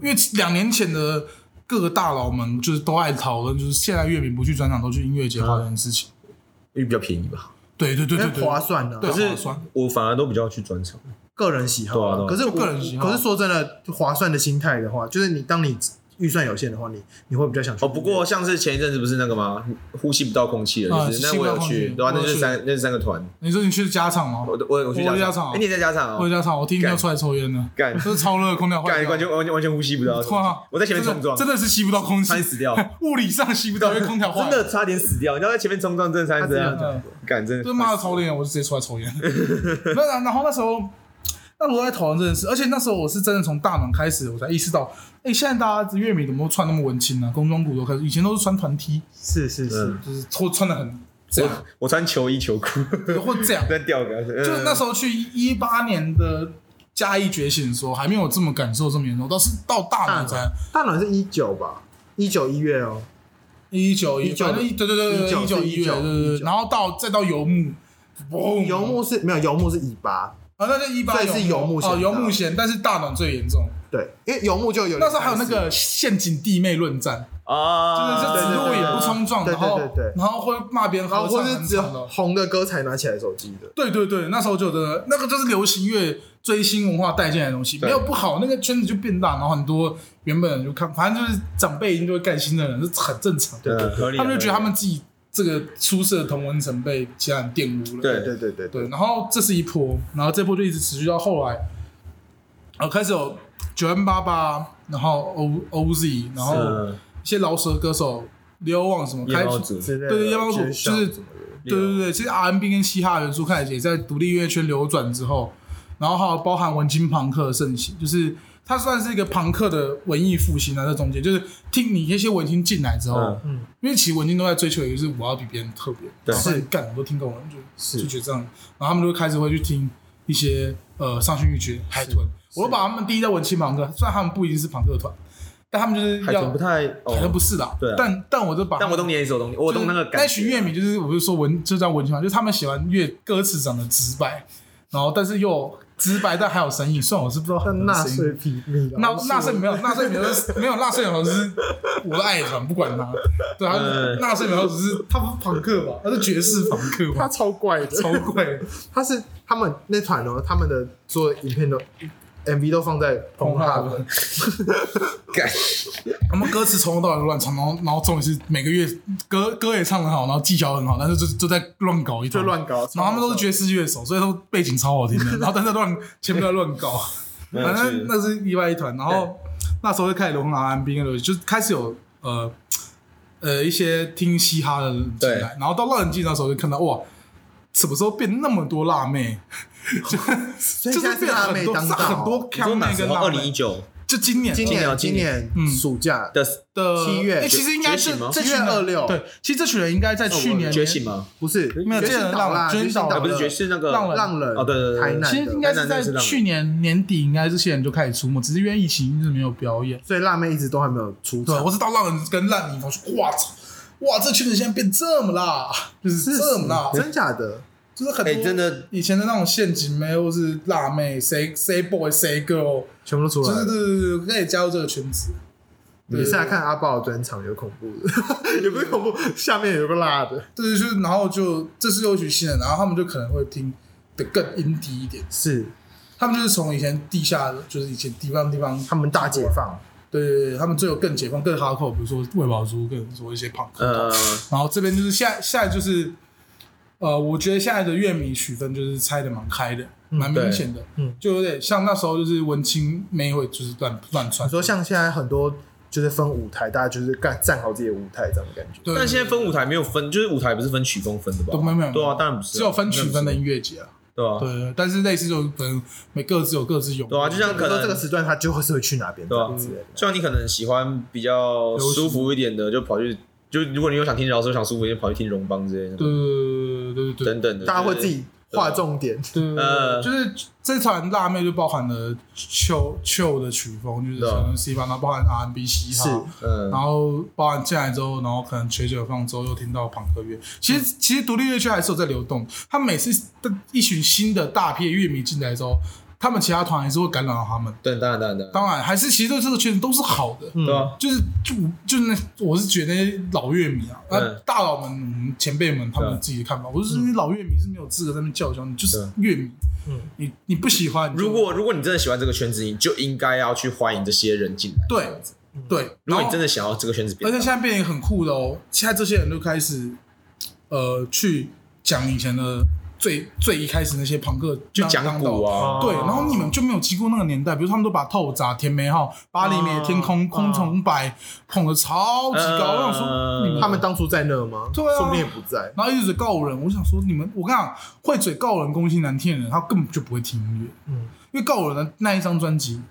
Speaker 4: 因为两年前的各个大佬们就是都爱讨论，就是现在乐迷不去专场都去音乐节化这件事情。
Speaker 3: 因为比较便宜吧。
Speaker 4: 对对对
Speaker 1: 因为
Speaker 4: 对
Speaker 1: 划
Speaker 4: 对，
Speaker 1: 算啊呢，
Speaker 4: 对
Speaker 3: 可是
Speaker 4: 划算
Speaker 3: 我反而都比较去专场，
Speaker 1: 个人喜好啊。
Speaker 3: 对啊对啊
Speaker 1: 可是我
Speaker 4: 就个人喜好
Speaker 1: 可是说真的，划算的心态的话，就是你当你预算有限的话，你你会比较想去
Speaker 3: 哦，不过像是前一阵子不是那个吗？呼吸不到空气
Speaker 4: 啊
Speaker 3: 了，就是
Speaker 4: 吸
Speaker 3: 那
Speaker 4: 不
Speaker 3: 我
Speaker 4: 到
Speaker 3: 有
Speaker 4: 空
Speaker 3: 去，
Speaker 4: 气
Speaker 3: 对啊，
Speaker 4: 我
Speaker 3: 那
Speaker 4: 有
Speaker 3: 是
Speaker 4: 去
Speaker 3: 三那是三个团，
Speaker 4: 你说你去加场吗？
Speaker 3: 我我我去
Speaker 4: 我去
Speaker 3: 加
Speaker 4: 加场
Speaker 3: 哎，你在加场
Speaker 4: 我
Speaker 3: 哦，
Speaker 4: 加场，我听歌
Speaker 3: 干
Speaker 4: 出来抽烟呢，
Speaker 3: 干
Speaker 4: 这是超热，空调
Speaker 3: 干
Speaker 4: 坏掉
Speaker 3: 完全完全完全呼吸不到
Speaker 4: 哇，，
Speaker 3: 我在前面冲撞，
Speaker 4: 真的真的是吸不到空气
Speaker 3: 差，点死掉，
Speaker 4: 物理上吸不到，因为空调坏
Speaker 3: 真
Speaker 4: 了。
Speaker 3: 的差点死掉，你知道在前面冲撞，真的差点死
Speaker 1: 他真
Speaker 3: 掉
Speaker 4: 的，
Speaker 3: 干真的
Speaker 4: 这妈的超累，我就直接出来 抽烟。那然然后那时候，那时候在讨论这件事，而且那时候我是真的从大暖开始，我才意识到，哎、现在大家乐迷怎么都穿那么文青呢、啊？工装骨头开始，以前都是穿团 T，
Speaker 1: 是是是
Speaker 3: 嗯，
Speaker 4: 就是都穿的很这样，
Speaker 3: 我我穿球衣球裤
Speaker 4: 或这样。
Speaker 3: 在呃吊杆，就
Speaker 4: 就是那时候去一八年的嘉义觉醒的时候，还没有这么感受这么严重，都是到大暖才
Speaker 1: 大暖是一九吧，一九一月哦，
Speaker 4: 一九一
Speaker 1: 19
Speaker 4: 九，对对对对对，一九
Speaker 1: 19
Speaker 4: 一月，对对对，
Speaker 1: 19
Speaker 4: 然后到再到游牧。嘣
Speaker 1: 游牧是没有游牧是尾巴，
Speaker 4: 啊，那就一八
Speaker 1: 所以是游牧险
Speaker 4: 哦，
Speaker 1: 的
Speaker 4: 游牧险，但是大暖最严重。
Speaker 1: 对，因为游牧就有
Speaker 4: 那时候还有那个陷阱弟妹论战，就是
Speaker 3: 啊，
Speaker 4: 这
Speaker 1: 对
Speaker 4: 指
Speaker 1: 对
Speaker 4: 路
Speaker 1: 对
Speaker 4: 也不冲撞，
Speaker 1: 对
Speaker 4: 然
Speaker 1: 对
Speaker 4: 后
Speaker 1: 对对
Speaker 4: 然后会骂别人
Speaker 1: 然后
Speaker 4: 合
Speaker 1: 或
Speaker 4: 唱
Speaker 1: 是
Speaker 4: 很
Speaker 1: 只有
Speaker 4: 惨的。
Speaker 1: 红的歌才拿起来手机的，
Speaker 4: 对对对，那时候就真的那个就是流行乐追星文化带进来的东西，
Speaker 3: 对
Speaker 4: 没有不好，那个圈子就变大，然后很多原本人就看，反正就是长辈一定就会干新的人，是很正常的。
Speaker 3: 对对，合理
Speaker 4: 他们就觉得他
Speaker 3: 合
Speaker 4: 们自己这个出色的同文层被其他人玷污了。
Speaker 3: 对
Speaker 1: 对对对对，
Speaker 4: 对，然后这是一波，然后这波就一直持续到后来，呃，开始有九 N 八八，然后 O O Z，然
Speaker 3: 理
Speaker 4: 后
Speaker 3: 嗯
Speaker 4: 一些饶舌歌手流往什么
Speaker 3: 夜
Speaker 4: 开
Speaker 3: 猫
Speaker 4: 始，
Speaker 3: 族，
Speaker 1: 之类的
Speaker 4: 对对夜猫族
Speaker 1: 绝响
Speaker 4: 就是
Speaker 1: 什么的
Speaker 4: 对对对，其实 R N B 跟嘻哈元素开始也在独立音乐圈流转之后，然后还有包含文青朋克的盛行，就是它算是一个朋克的文艺复兴啊，在中间就是听你一些文青进来之后，
Speaker 3: 嗯
Speaker 1: 嗯，
Speaker 4: 因为其实文青都在追求一个就是我要比别人特别，
Speaker 3: 对
Speaker 4: 然后你干我都听够了，就是就觉得这样，然后他们就会开始会去听一些呃上讯欲绝、海豚，我都把他们第一代文青朋克，虽然他们不一定是朋克团，但他们就是
Speaker 3: 海
Speaker 4: 要
Speaker 3: 豚不太，哦
Speaker 4: 好像不是啦，
Speaker 3: 对啊
Speaker 4: 但但我就把他
Speaker 3: 但我
Speaker 4: 们
Speaker 3: 懂你的意思，我懂你，我懂那个
Speaker 4: 就是
Speaker 3: 感
Speaker 4: 那
Speaker 3: 觉啊
Speaker 4: 群乐迷，就是我就说文就叫文青嘛，就是他们喜欢乐歌词长得直白，然后但是又直白，但还有神韵。虽然我是不知道很
Speaker 1: 但纳税皮密，
Speaker 4: 那纳粹没有，纳粹没有，没有纳粹好像是我的爱团，不管他。对啊
Speaker 3: 嗯，
Speaker 4: 纳粹没有，只是他不是朋克吧？他是爵士朋克
Speaker 1: 他
Speaker 4: 吧？
Speaker 1: 超怪的，
Speaker 4: 超贵，
Speaker 1: 他是他们那团哦，他们的所有影片都 MV 都放在
Speaker 4: 红
Speaker 1: 红
Speaker 4: 哈
Speaker 1: 哈
Speaker 4: 的。
Speaker 3: 干
Speaker 4: 他们歌词从头到尾都乱唱，然后然后重点是每个月歌歌也唱得很好，然后技巧很好，但是就就在乱搞一
Speaker 1: 就
Speaker 4: 通，
Speaker 1: 乱搞，
Speaker 4: 然后他们都是爵士乐手，所以都背景超好听的。然后但是乱前面都在乱搞，
Speaker 3: 没有
Speaker 4: 反
Speaker 3: 是
Speaker 4: 正那是意外一团。然后那时候就开始流行 R&B 跟流行，就是开始有呃呃一些听嘻哈的人进
Speaker 3: 对
Speaker 4: 来。然后到浪人季那时候就看到哇，什么时候变那么多辣妹？就
Speaker 1: 以
Speaker 4: 就
Speaker 1: 现在
Speaker 4: 是
Speaker 1: 是
Speaker 4: 变
Speaker 1: 辣
Speaker 4: 很
Speaker 1: 妹
Speaker 4: 多
Speaker 1: 当道
Speaker 4: 很多
Speaker 3: 你说
Speaker 4: Cam
Speaker 3: 哪
Speaker 4: 妹
Speaker 3: 时
Speaker 4: 跟
Speaker 3: 候？
Speaker 4: 辣
Speaker 3: 二零一
Speaker 4: 妹，
Speaker 3: 九
Speaker 4: 就今年
Speaker 1: 今年
Speaker 3: 今
Speaker 1: 今
Speaker 3: 年
Speaker 1: 年
Speaker 4: 嗯
Speaker 1: 暑假
Speaker 3: 的
Speaker 4: 的哎
Speaker 1: 七月
Speaker 4: 诶其实应该
Speaker 3: 觉
Speaker 4: 是
Speaker 3: 醒吗哦
Speaker 4: 这
Speaker 1: 七
Speaker 4: 群
Speaker 1: 月
Speaker 4: 人
Speaker 1: 二六
Speaker 4: 对，其实这群人应该在去年
Speaker 3: 觉醒吗？
Speaker 1: 不是
Speaker 4: 没有
Speaker 1: 决
Speaker 4: 这
Speaker 1: 心
Speaker 4: 个
Speaker 1: 岛啦，
Speaker 4: 浪
Speaker 1: 决心岛
Speaker 4: 决
Speaker 3: 啊，
Speaker 1: 了
Speaker 4: 心岛
Speaker 3: 不是爵士那个
Speaker 4: 浪人
Speaker 1: 浪人
Speaker 3: 哦对对对
Speaker 1: 台南
Speaker 4: 其实
Speaker 1: 的
Speaker 4: 应该是在去年年底，应该这些人就开始出没，只是因为疫情一直没有表演。
Speaker 1: 所以辣妹一直都还没有出
Speaker 4: 对，
Speaker 1: 场
Speaker 4: 我。是到浪人跟烂泥，我说哇操，哇这群人现在变这么辣，就是这么辣，
Speaker 1: 真假的？
Speaker 4: 就是很多、
Speaker 3: 哎真的
Speaker 4: 以前的那种陷阱妹或是辣妹，谁谁 boy 谁 girl，
Speaker 1: 全部都出
Speaker 4: 就
Speaker 1: 来了。
Speaker 4: 是对对对，可以加入这个圈子。
Speaker 1: 你是来看阿豹的专场有恐怖 的，也不是恐怖，下面有个辣的，
Speaker 4: 对，就是然后就这是又一群新人，然后他们就可能会听的更阴低一点，
Speaker 1: 是
Speaker 4: 他们就是从以前地下的，就是以前地方地方，
Speaker 1: 他们大解放，
Speaker 4: 对对对，他们最有更解放、更哈扣，比如说魏宝珠，更说一些胖克。
Speaker 3: 呃，
Speaker 4: 然后这边就是下下就是呃，我觉得现在的乐迷区分就是拆的蛮开的，蛮明显的，
Speaker 1: 嗯
Speaker 4: 就有点像那时候就是文青妹会就是乱乱窜
Speaker 1: 你，说像现在很多就是分舞台，大家就是干站好自己的舞台这样的感觉。
Speaker 4: 对，
Speaker 3: 但现在分舞台没有分，就是舞台不是分曲风分的吧？
Speaker 4: 都没有没有
Speaker 3: 对啊，当然不是啊，
Speaker 4: 只有分区分的
Speaker 3: 那不是，
Speaker 4: 音乐节啊，
Speaker 3: 对啊，
Speaker 4: 对，对但是类似就是可能每各自有各自有，
Speaker 3: 对啊，就像可
Speaker 1: 可能
Speaker 3: 能
Speaker 1: 这个时段他就会是会去哪边这
Speaker 3: 对啊
Speaker 1: 样子。
Speaker 3: 像你可能喜欢比较舒服一点的，就跑去就如果你有想听饶舌想舒服一点，就跑去听荣邦之类的，
Speaker 4: 对对对对对对
Speaker 3: 等等的，
Speaker 1: 大家会自
Speaker 3: 就是
Speaker 1: 己划重点，
Speaker 4: 对对，
Speaker 3: 呃
Speaker 4: 对就是这团辣妹就包含了秋秋的曲风，就是
Speaker 3: 对啊
Speaker 4: 可能 C 方，然后包含 R&B 嘻哈，
Speaker 1: 是
Speaker 3: 嗯
Speaker 4: 然后包含进来之后，然后可能学久放之后又听到朋克乐，其实、其实独立乐圈还是有在流动。他每次一群新的大批乐迷进来之后，他们其他团还是会感染到他们。
Speaker 3: 对，当然当然当然，
Speaker 4: 当然，还是其实对这个圈子都是好的，
Speaker 3: 对啊，
Speaker 4: 就是就就那我是觉得那些老乐迷啊，那、
Speaker 3: 嗯
Speaker 4: 大佬们、嗯前辈们他们
Speaker 3: 对
Speaker 4: 自己的看法，我是因为老乐迷是没有资格在那边叫嚣，你就是乐迷，
Speaker 1: 嗯
Speaker 4: 你你不喜欢，你就
Speaker 3: 如果如果你真的喜欢这个圈子，你就应该要去欢迎这些人进来。
Speaker 4: 对
Speaker 3: 这样子
Speaker 4: 对，
Speaker 3: 如果
Speaker 4: 然
Speaker 3: 你
Speaker 4: 后
Speaker 3: 真的想要这个圈子
Speaker 4: 而
Speaker 3: 变
Speaker 4: 且
Speaker 3: 大，
Speaker 4: 现在变得很酷的哦，现在这些人都开始，呃，去讲以前的最最一开始那些朋克，
Speaker 3: 就讲
Speaker 4: 古
Speaker 3: 古。
Speaker 1: 哦
Speaker 3: 啊，
Speaker 4: 对，然后你们就没有经过那个年代，比如他们都把透砸、甜梅号、巴黎美天空、
Speaker 1: 嗯
Speaker 4: 空虫百捧的超级高，我想说你们
Speaker 1: 他们当初在那吗？
Speaker 4: 嗯对啊
Speaker 1: 说不定也不在。
Speaker 4: 然后一直嘴告人，我想说你们，我跟你讲，会嘴告人、攻心难听的人，他根本就不会听音乐，
Speaker 1: 嗯，
Speaker 4: 因为告人的那一张专辑，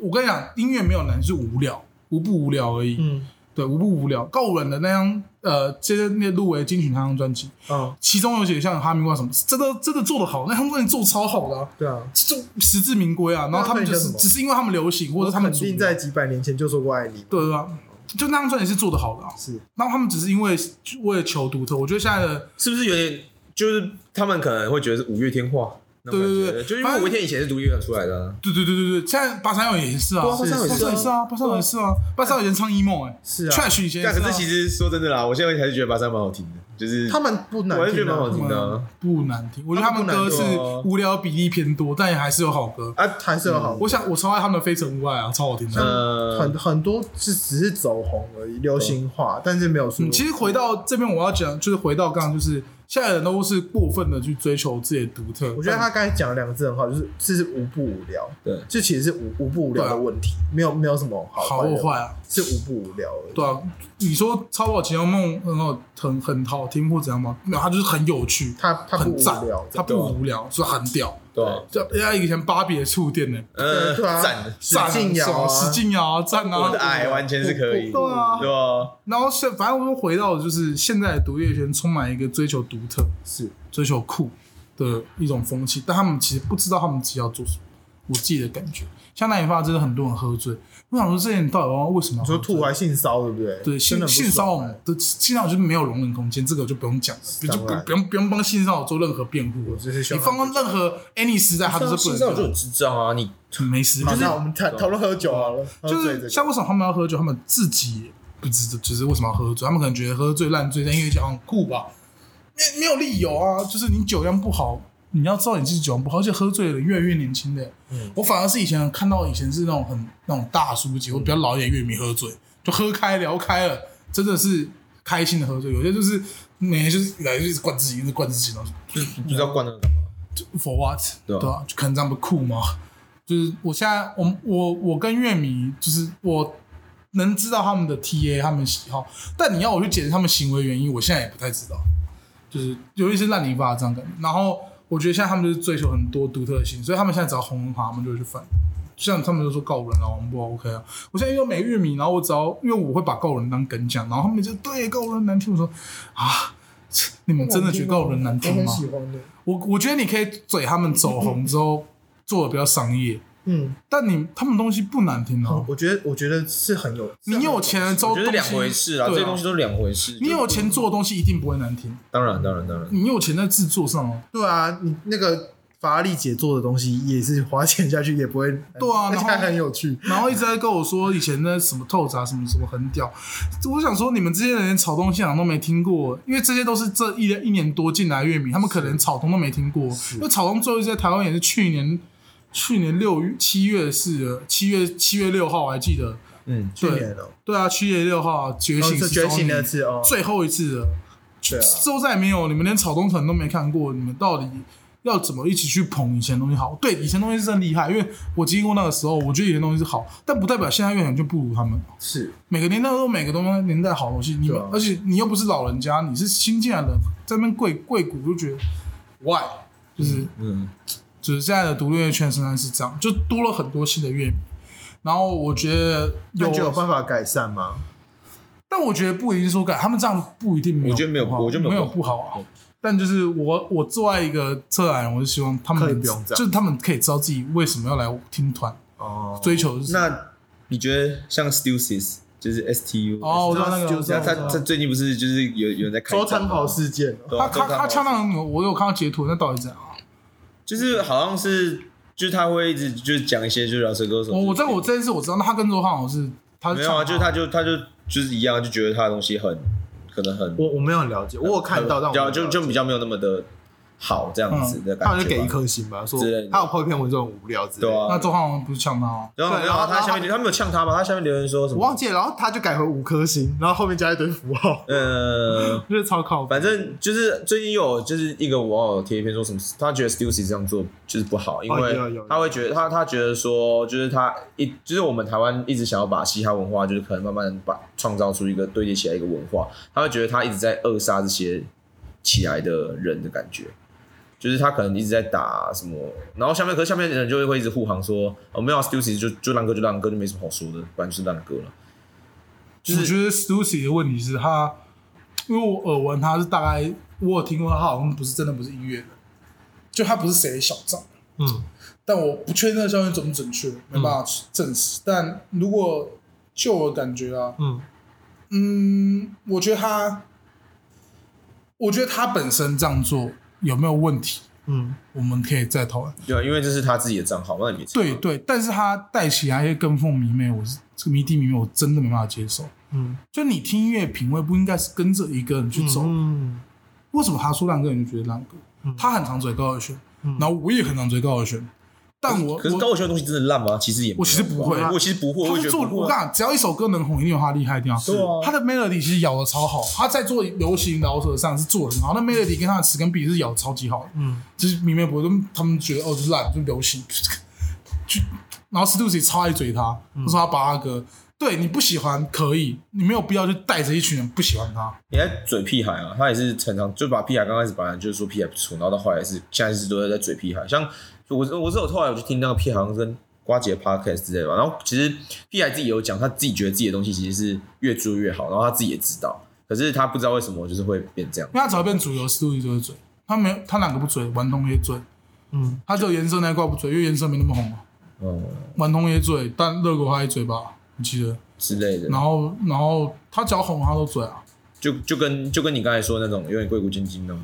Speaker 4: 我跟你讲，音乐没有难，是无聊，无不无聊而已，
Speaker 1: 嗯
Speaker 4: 对，无不无聊。告人的那张呃，这些那入围金曲那张专辑，
Speaker 1: 嗯，
Speaker 4: 其中有写像哈密瓜什么，真的真的做得好，那张专辑做得超好的、啊，
Speaker 1: 对啊，
Speaker 4: 这就实至名归啊。然后他们
Speaker 1: 那张专辑
Speaker 4: 就
Speaker 1: 叫
Speaker 4: 是
Speaker 1: 什么
Speaker 4: 只是因为他们流行，或者他们
Speaker 1: 肯
Speaker 4: 主流
Speaker 1: 定在几百年前就说过爱你。
Speaker 4: 对对啊，就那张专辑是做得好的、啊。
Speaker 1: 是，
Speaker 4: 然后他们只是因为为了求独特，我觉得现在的
Speaker 3: 是不是有点就是他们可能会觉得是五月天化？那种
Speaker 4: 对对
Speaker 3: 感觉
Speaker 4: 对
Speaker 3: 就因为五月天以前是独立乐团出来的啊，
Speaker 4: 对对对对对，现在八三幺也是啊，
Speaker 3: 对啊
Speaker 4: 是
Speaker 3: 八三幺也
Speaker 4: 八
Speaker 3: 是啊
Speaker 4: 三幺也是啊，八三幺也是啊，八三幺以前唱 emo 哎，
Speaker 1: 是啊
Speaker 4: trash 以前也
Speaker 3: 但可是其
Speaker 4: 实
Speaker 3: 实说真的啦，我现在还是觉得八三蛮好听的，就是
Speaker 1: 他们不难
Speaker 3: 我还是觉
Speaker 1: 听
Speaker 3: 得蛮好
Speaker 1: 啊，
Speaker 3: 听的啊。
Speaker 4: 不难听，我觉得他们歌是
Speaker 3: 他们不难听啊
Speaker 4: 无聊比例偏多，但也还是有好歌。
Speaker 1: 啊，还是有好。
Speaker 4: 我想我超爱他们的《非诚勿爱》啊，超好听
Speaker 1: 嗯
Speaker 4: 的。
Speaker 3: 呃
Speaker 1: 很，很多是只是走红而已，流行化，但是没有说
Speaker 4: 嗯，其实回到这边，我要讲就是回到刚刚，就是现在的人都是过分的去追求自己的独特。
Speaker 1: 我觉得他刚才讲了两个字很好，就是这是无不无聊，
Speaker 3: 对
Speaker 1: 这其实是无无不无聊的问题，没有没有什么好
Speaker 4: 好
Speaker 1: 坏
Speaker 4: 或
Speaker 1: 的
Speaker 4: 坏，啊，
Speaker 1: 是无不无聊而已。
Speaker 4: 对啊。你说《超跑奇妙梦》很好，很很好听或怎样吗？没有，它就是很有趣，
Speaker 1: 他他不
Speaker 4: 很
Speaker 1: 无
Speaker 4: 赞
Speaker 1: 聊，，啊
Speaker 4: 它不无聊，所以很屌。
Speaker 3: 对啊，
Speaker 4: 就像以前芭比的触电呢，
Speaker 3: 呃，
Speaker 1: 对啊
Speaker 3: 赞的，
Speaker 1: 使劲摇啊
Speaker 4: 使劲摇啊，赞啊！
Speaker 3: 我的爱完全是可以，
Speaker 4: 不不对啊
Speaker 3: 对吧？
Speaker 4: 然后现反正我们回到的就是现在的独立乐圈充满一个追求独特、
Speaker 1: 是
Speaker 4: 追求酷的一种风气，但他们其实不知道他们自己要做什么。我自己的感觉，像那一发真的很多人喝醉，我想说这些人到底为什么要
Speaker 1: 说
Speaker 4: 喝醉
Speaker 1: 吐还性骚对不对？
Speaker 4: 嗯
Speaker 1: 真的
Speaker 4: 对性
Speaker 1: 很不哎
Speaker 4: 性骚
Speaker 1: 爽
Speaker 4: 扰的性骚扰就是没有容忍空间，这个就不用讲了，就
Speaker 1: 当
Speaker 4: 就
Speaker 1: 然
Speaker 4: 不不用不用帮性骚扰做任何辩护了。
Speaker 1: 我就是喜
Speaker 4: 你
Speaker 1: 欢
Speaker 4: 放到任何 any 时代，他都是不
Speaker 3: 性
Speaker 4: 能
Speaker 3: 骚扰就
Speaker 4: 做
Speaker 3: 很智障啊！你
Speaker 4: 的，没时
Speaker 1: 好
Speaker 4: 代。
Speaker 1: 那我们
Speaker 3: 啊
Speaker 1: 谈讨论喝酒好了，喝
Speaker 4: 就
Speaker 1: 醉这
Speaker 4: 是
Speaker 1: 个
Speaker 4: 像为什么他们要喝酒，他们自己也不知道，就是为什么要喝醉，他们可能觉得喝醉烂醉，但因为讲很酷吧，没没有理由啊。就是你酒量不好，你要知道你自己酒量不好，而且喝醉了越来越年轻的。
Speaker 1: 嗯
Speaker 4: 我反而是以前看到以前是那种很那种大叔级或比较老一点乐迷喝醉，就喝开聊开了，真的是开心的喝醉。有些就是每天就是来就是灌自己，一直灌自己，然后
Speaker 3: 就是不知道关那个干嘛，
Speaker 4: for what？
Speaker 3: 对啊
Speaker 4: 对啊，就可能这样不酷吗？就是我现在，我我我跟乐迷，就是我能知道他们的 TA，他们喜好，但你要我去解释他们行为原因，我现在也不太知道。就是尤其是烂泥巴这样感觉，然后我觉得现在他们就是追求很多独特性，所以他们现在只要红的话，他们就会去翻。像他们就说告人啊，我们不 OK 啊。我现在遇到每个乐迷，然后我只要因为我会把告人当梗讲，然后他们就对告人难听，我说啊，你们真的觉得告人难听
Speaker 1: 我
Speaker 4: 吗
Speaker 1: 很？喜欢的，
Speaker 4: 我我觉得你可以嘴他们走红之后做的比较商业，
Speaker 1: 嗯，
Speaker 4: 但你他们东西不难听啊。
Speaker 1: 我觉得我觉得是很有，
Speaker 4: 你有钱了之后，
Speaker 3: 哦我觉得两回事啦，
Speaker 4: 啊，
Speaker 3: 这些东西都是两回事。
Speaker 4: 你有钱做的东西一定不会难听，
Speaker 3: 当然，当然，当然，
Speaker 4: 你有钱在制作上哦。
Speaker 1: 对啊，你那个法拉利姐做的东西也是花钱下去也不会，
Speaker 4: 对啊
Speaker 1: 而且
Speaker 4: 然后
Speaker 1: 还很有趣，
Speaker 4: 然后一直在跟我说以前那什么透砸什么什么很屌，我想说你们这些人连草东现场都没听过，因为这些都是这一一年多进来的乐迷，他们可能草东都没听过，因为草东最后一次在台湾也是去年去年六月七月是的七月七月六号我还记得，
Speaker 3: 嗯，
Speaker 1: 去年哦，
Speaker 4: 对啊，七月六号觉
Speaker 1: 然后
Speaker 4: 醒
Speaker 1: 是
Speaker 4: 是
Speaker 1: 哦觉醒
Speaker 4: Sony
Speaker 1: 那次哦，
Speaker 4: 最后一次的
Speaker 1: 对啊
Speaker 4: 之后再也没有，你们连草东城都没看过，你们到底要怎么一起去捧以前的东西好？对，以前的东西是真厉害，因为我经历过那个时候，我觉得以前的东西是好，但不代表现在乐团就不如他们。
Speaker 1: 是
Speaker 4: 每个年代都有每个东西年代好东西，你们、
Speaker 1: 对啊
Speaker 4: 而且你又不是老人家，你是新进来的，在那边跪跪鼓就觉得 why 就是。
Speaker 3: 嗯，
Speaker 4: 就是现在的独立乐圈生态是这样，就多了很多新的乐迷。然后我觉得
Speaker 1: 那
Speaker 4: 有
Speaker 1: 你觉得有办法改善吗？
Speaker 4: 但我觉得不一定说改，他们这样不一定没有不好，
Speaker 3: 我觉得没有我觉得
Speaker 4: 没
Speaker 3: 没有嗯
Speaker 4: 有不好啊。但就是我我作为一个策展人，我就希望他们
Speaker 1: 可以不用这样
Speaker 4: 就是他们可以知道自己为什么要来听团，
Speaker 1: 哦，
Speaker 4: 追求是什么
Speaker 3: 那你觉得像 Stusis 就是 STU？
Speaker 4: 哦，我知道那
Speaker 1: 就是
Speaker 3: 那
Speaker 4: 个，
Speaker 3: 他
Speaker 1: 知道
Speaker 3: 他最近不是就是有有人在开
Speaker 1: 说
Speaker 3: 战
Speaker 1: 参
Speaker 3: 吗
Speaker 1: 考事件哦，
Speaker 3: 对啊周
Speaker 4: 他他
Speaker 3: 汤
Speaker 4: 他
Speaker 3: 豪
Speaker 4: 唱那个，我有看到截图，那到底怎样啊？
Speaker 3: 就是好像是就是他会一直就是讲一些就是饶舌歌手。
Speaker 4: 哦我我
Speaker 3: 就是
Speaker 4: 这我这件事我知道，那他跟周汉豪是他是
Speaker 3: 没有啊，
Speaker 4: 唱
Speaker 3: 就是他就他就就是一样，就觉得他的东西很可能很
Speaker 1: 我我没有很了解，我有看到，但
Speaker 3: 比较
Speaker 1: 我
Speaker 3: 呃啊就就比较没有那么的好这样子的感
Speaker 1: 他
Speaker 3: 觉
Speaker 1: 嗯
Speaker 3: 吧。
Speaker 1: 就给一颗星吧，说
Speaker 3: 之类的
Speaker 1: 他有拍片文这种无聊之类的，
Speaker 3: 对啊
Speaker 4: 那周汉豪不是呛他哦，
Speaker 3: 然后
Speaker 1: 对
Speaker 3: 然后
Speaker 1: 然后
Speaker 3: 他下面留他没有呛他吧？他下面留言说什
Speaker 1: 我
Speaker 3: 么？
Speaker 1: 忘记了，然后他就改回五颗星，然后后面加一堆符号，
Speaker 3: 呃，
Speaker 1: 就是超靠北。
Speaker 3: 反正就是最近有就是一个网友贴一篇说什么，他觉得 Stussy 这样做就是不好，因为
Speaker 1: 哦有有有
Speaker 3: 他会觉得他他觉得说就是他一就是我们台湾一直想要把嘻哈文化就是可能慢慢把创造出一个堆叠起来一个文化，他会觉得他一直在扼杀这些起来的人的感觉。就是他可能一直在打什么，然后下面可是下面的人就会一直护航说，哦没有、啊、，Stussy 就就烂歌就烂歌就没什么好说的，不然就是烂歌了。就是
Speaker 4: 我觉得 Stussy 的问题是他，因为我耳闻他是大概我有听过他好像不是真的不是音乐人，就他不是谁的小账，
Speaker 1: 嗯，
Speaker 4: 但我不确定那个消息准不准确，没办
Speaker 3: 嗯
Speaker 4: 法证实。但如果就我的感觉啊，
Speaker 1: 嗯
Speaker 4: 嗯，我觉得他，我觉得他本身这样做有没有问题，
Speaker 1: 嗯，
Speaker 4: 我们可以再讨论。
Speaker 3: 对啊，因为这是他自己的账号，那也没差
Speaker 4: 对对，但是他带起来一些跟风迷妹，我是这个迷弟迷妹，我真的没办法接受。
Speaker 1: 嗯
Speaker 4: 就你听音乐品味不应该是跟着一个人去走，
Speaker 1: 嗯
Speaker 4: 为什么他说烂歌你就觉得烂歌？
Speaker 3: 嗯
Speaker 4: 他很常嘴高尔宣，
Speaker 1: 嗯
Speaker 4: 然后我也很常嘴高尔宣，但我
Speaker 3: 可是
Speaker 4: 我
Speaker 3: 高晓轩的东西真的烂吗？其实也没有
Speaker 4: 我其实不会
Speaker 3: 我其实不会，我
Speaker 4: 他
Speaker 3: 也觉得
Speaker 4: 是做
Speaker 3: 不
Speaker 4: 我
Speaker 3: 会
Speaker 4: 跟你讲，只要一首歌能红，一定有他厉害的地方。
Speaker 3: 对啊
Speaker 4: 他的 melody 其实咬的超好，他在做流行饶舌上是做的很好，那 melody 跟他的词跟比是咬的超级好的，
Speaker 1: 嗯，
Speaker 4: 就是明明不会，他们觉得哦就是烂，就流行，就然后 Stussy 超爱嘴他，
Speaker 3: 嗯
Speaker 4: 他说他把他歌，对你不喜欢可以，你没有必要去带着一群人不喜欢他。
Speaker 3: 你还嘴屁孩啊？他也是常常就把屁孩刚开始本来就是说屁孩不错，然后到后来是现在是都在在嘴屁孩。像我我是有后来我就听那个屁孩好像跟瓜姐 podcast 之类的吧，然后其实屁孩自己有讲，他自己觉得自己的东西其实是越做越好，然后他自己也知道，可是他不知道为什么就是会变这样。
Speaker 4: 因为他只要变主流，斯杜就会追。他没有，他哪个不追？顽童也追。
Speaker 1: 嗯，
Speaker 4: 他只有颜色那一挂不追，因为颜色没那么红嘛。
Speaker 3: 嗯
Speaker 4: 顽童也追，但热狗他也追吧，我记得。
Speaker 3: 之类的，
Speaker 4: 然后，然后他只要红，他都追啊。
Speaker 3: 就就跟就跟你刚才说的那种有点贵骨精精那种，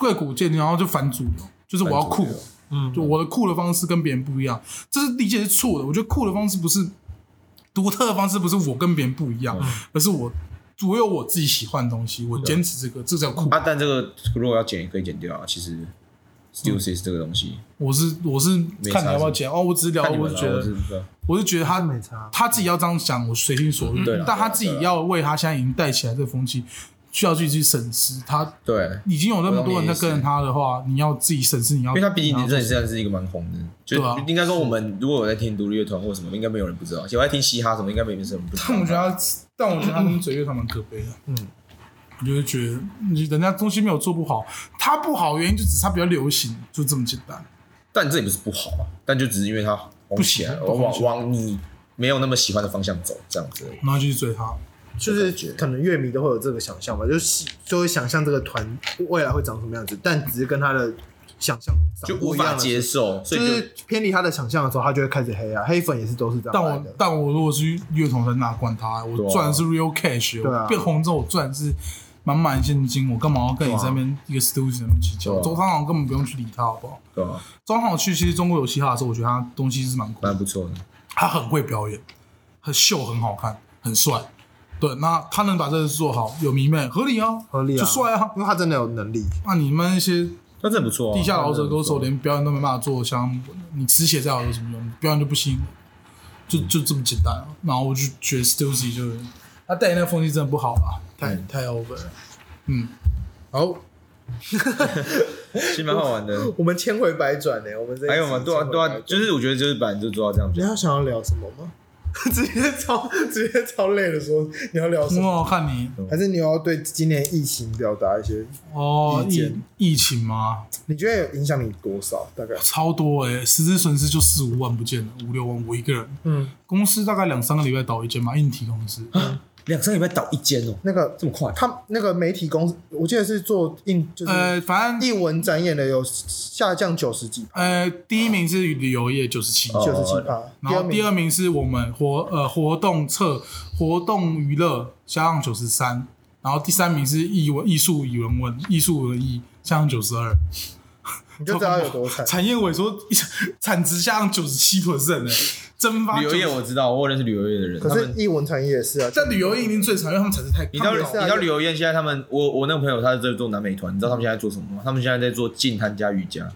Speaker 4: 贵古见然后就反主流，就是我要酷
Speaker 3: 反主流，
Speaker 1: 嗯
Speaker 4: 就我的酷的方式跟别人不一样，这是理解是错的。我觉得酷的方式不是独特的方式，不是我跟别人不一
Speaker 3: 嗯
Speaker 4: 样，而是我我有我自己喜欢的东西，我坚持这个，这叫酷。
Speaker 3: 啊，但这个如果要剪也可以剪掉啊，其实 still is 这个东西，
Speaker 4: 我是我是
Speaker 3: 没
Speaker 4: 看
Speaker 3: 差
Speaker 4: 你要不要讲哦，我只是聊，
Speaker 3: 看你
Speaker 4: 我
Speaker 3: 们
Speaker 4: 是
Speaker 3: 啦
Speaker 4: 觉
Speaker 3: 我
Speaker 4: 得
Speaker 3: 是不知道
Speaker 4: 我是觉得他
Speaker 1: 没差
Speaker 4: 他自己要这样想，我随心所欲。
Speaker 3: 嗯对啦
Speaker 4: 但
Speaker 3: 对
Speaker 4: 他
Speaker 3: 啦
Speaker 4: 自己
Speaker 3: 对啦啊
Speaker 4: 要为他现在已经带起来这个风气，需要自己去审视。他
Speaker 3: 对，
Speaker 4: 已经有那么多人
Speaker 3: 我懂你
Speaker 4: 在
Speaker 3: 意思
Speaker 4: 跟着他的话，你要自己审视，你要
Speaker 3: 因为他毕竟
Speaker 4: 你要
Speaker 3: 真的现在是一个蛮红的，就
Speaker 4: 对啊
Speaker 3: 应该说我们如果有在听独立乐团或什么，应该没有人不知道。喜欢听嘻哈什么，应该没有人不知
Speaker 4: 但
Speaker 3: 道。
Speaker 4: 我觉得他，但我觉得他跟嘴乐团蛮可悲的。
Speaker 1: 嗯，
Speaker 4: 我就会觉得人家东西没有做不好，他不好的原因就只是他比较流行，就这么简单。
Speaker 3: 但这也不是不好啊，但就只是因为他红起来了，
Speaker 4: 不行不
Speaker 3: 往
Speaker 4: 行
Speaker 3: 往你没有那么喜欢的方向走，这样子而已。
Speaker 4: 然后就去追他，
Speaker 1: 就是可能乐迷都会有这个想象吧，就是就会想象这个团未来会长什么样子，但只是跟他的想象长
Speaker 3: 就无
Speaker 1: 不一样
Speaker 3: 法
Speaker 1: 的
Speaker 3: 接
Speaker 1: 时
Speaker 3: 受，
Speaker 1: 候，
Speaker 3: 所
Speaker 1: 就
Speaker 3: 以
Speaker 1: 是偏离他的想象的时候，他就会开始黑啊，黑粉也是都是这
Speaker 4: 但
Speaker 1: 样来
Speaker 4: 我
Speaker 1: 的。
Speaker 4: 但我如果是乐童人，哪管他？
Speaker 3: 对
Speaker 4: 我
Speaker 3: 啊
Speaker 4: 赚的是 real cash，、
Speaker 1: 对啊
Speaker 4: 我变红之后我赚的是满满现金，我干嘛要跟你
Speaker 1: 对啊
Speaker 4: 这边一个 studio 那么计较？
Speaker 3: 对啊
Speaker 4: 周汤豪根本不用去理他，好不好？
Speaker 3: 对吧？
Speaker 4: 周汤豪去其实中国有嘻哈的时候，我觉得他东西是蛮酷的，
Speaker 3: 蛮不错的。
Speaker 4: 他很会表演，很秀，很好看，很帅。对，那他能把这事做好，有迷妹合理啊，
Speaker 1: 合理啊
Speaker 4: 就帅啊
Speaker 1: 因。为他真的有能力，
Speaker 4: 那你们那些
Speaker 3: 那真的不错啊。
Speaker 4: 地下饶舌歌手
Speaker 3: 真的
Speaker 4: 连表演都没办法做，像你吃写再好有什么用？表演就不行，就
Speaker 1: 嗯
Speaker 4: 就这么简单、啊。然后我就啊觉得 Stussy 就是他带那个风气真的不好啊，太太 over 了。嗯，好，
Speaker 3: 其实蛮好玩的。
Speaker 1: 我们千回百转呢、我们这一
Speaker 3: 还有
Speaker 1: 集
Speaker 3: 嘛，对啊
Speaker 1: 千回
Speaker 3: 对
Speaker 1: 百
Speaker 3: 啊，
Speaker 1: 转
Speaker 3: 就是我觉得就是本来就做到这样
Speaker 1: 你
Speaker 3: 子。
Speaker 1: 要想要聊什么吗？ 直接超直接超累的说你要聊什
Speaker 4: 我
Speaker 1: 么，
Speaker 4: 好看你
Speaker 1: 还是你要对今年疫情表达一些？
Speaker 4: 哦，
Speaker 1: 意
Speaker 4: 疫
Speaker 1: 见
Speaker 4: 疫情吗？
Speaker 1: 你觉得有影响你多少？大概
Speaker 4: 超多哎、实质损失就四五万不见了，五六万我一个人，
Speaker 1: 嗯，
Speaker 4: 公司大概两三个礼拜倒一间嘛，硬体公司。
Speaker 3: 两三个礼拜倒一间哦，
Speaker 1: 那个
Speaker 3: 这么快？
Speaker 1: 他那个媒体公司，我记得是做印就是
Speaker 4: 呃，反正
Speaker 1: 译文展演的，有下降九十几
Speaker 4: 呃，第一名是旅游业九十七，
Speaker 3: 哦
Speaker 1: 九十几趴，
Speaker 4: 然后第
Speaker 1: 名
Speaker 4: 二名是我们活呃活动策活动娱乐下降九十三，然后第三名是艺文艺术与人文艺术文艺下降九十二，
Speaker 1: 你就知道有 多惨。
Speaker 4: 产业萎缩产值下降九十七 percent 蒸发
Speaker 3: 旅游业
Speaker 4: 90%
Speaker 3: 我知道，我认识旅游业的人，
Speaker 1: 可
Speaker 3: 他
Speaker 1: 是
Speaker 3: 们。
Speaker 1: 译文产业也是啊，
Speaker 4: 但旅游业一定最惨，因为他们产值太
Speaker 3: 你到
Speaker 4: 他
Speaker 3: 你
Speaker 4: 们
Speaker 1: 也是啊
Speaker 3: 到旅游业，现在他们我我那个朋友他是在做南美团，你知道他们现在在做什么吗？他们现在在做净滩加瑜伽，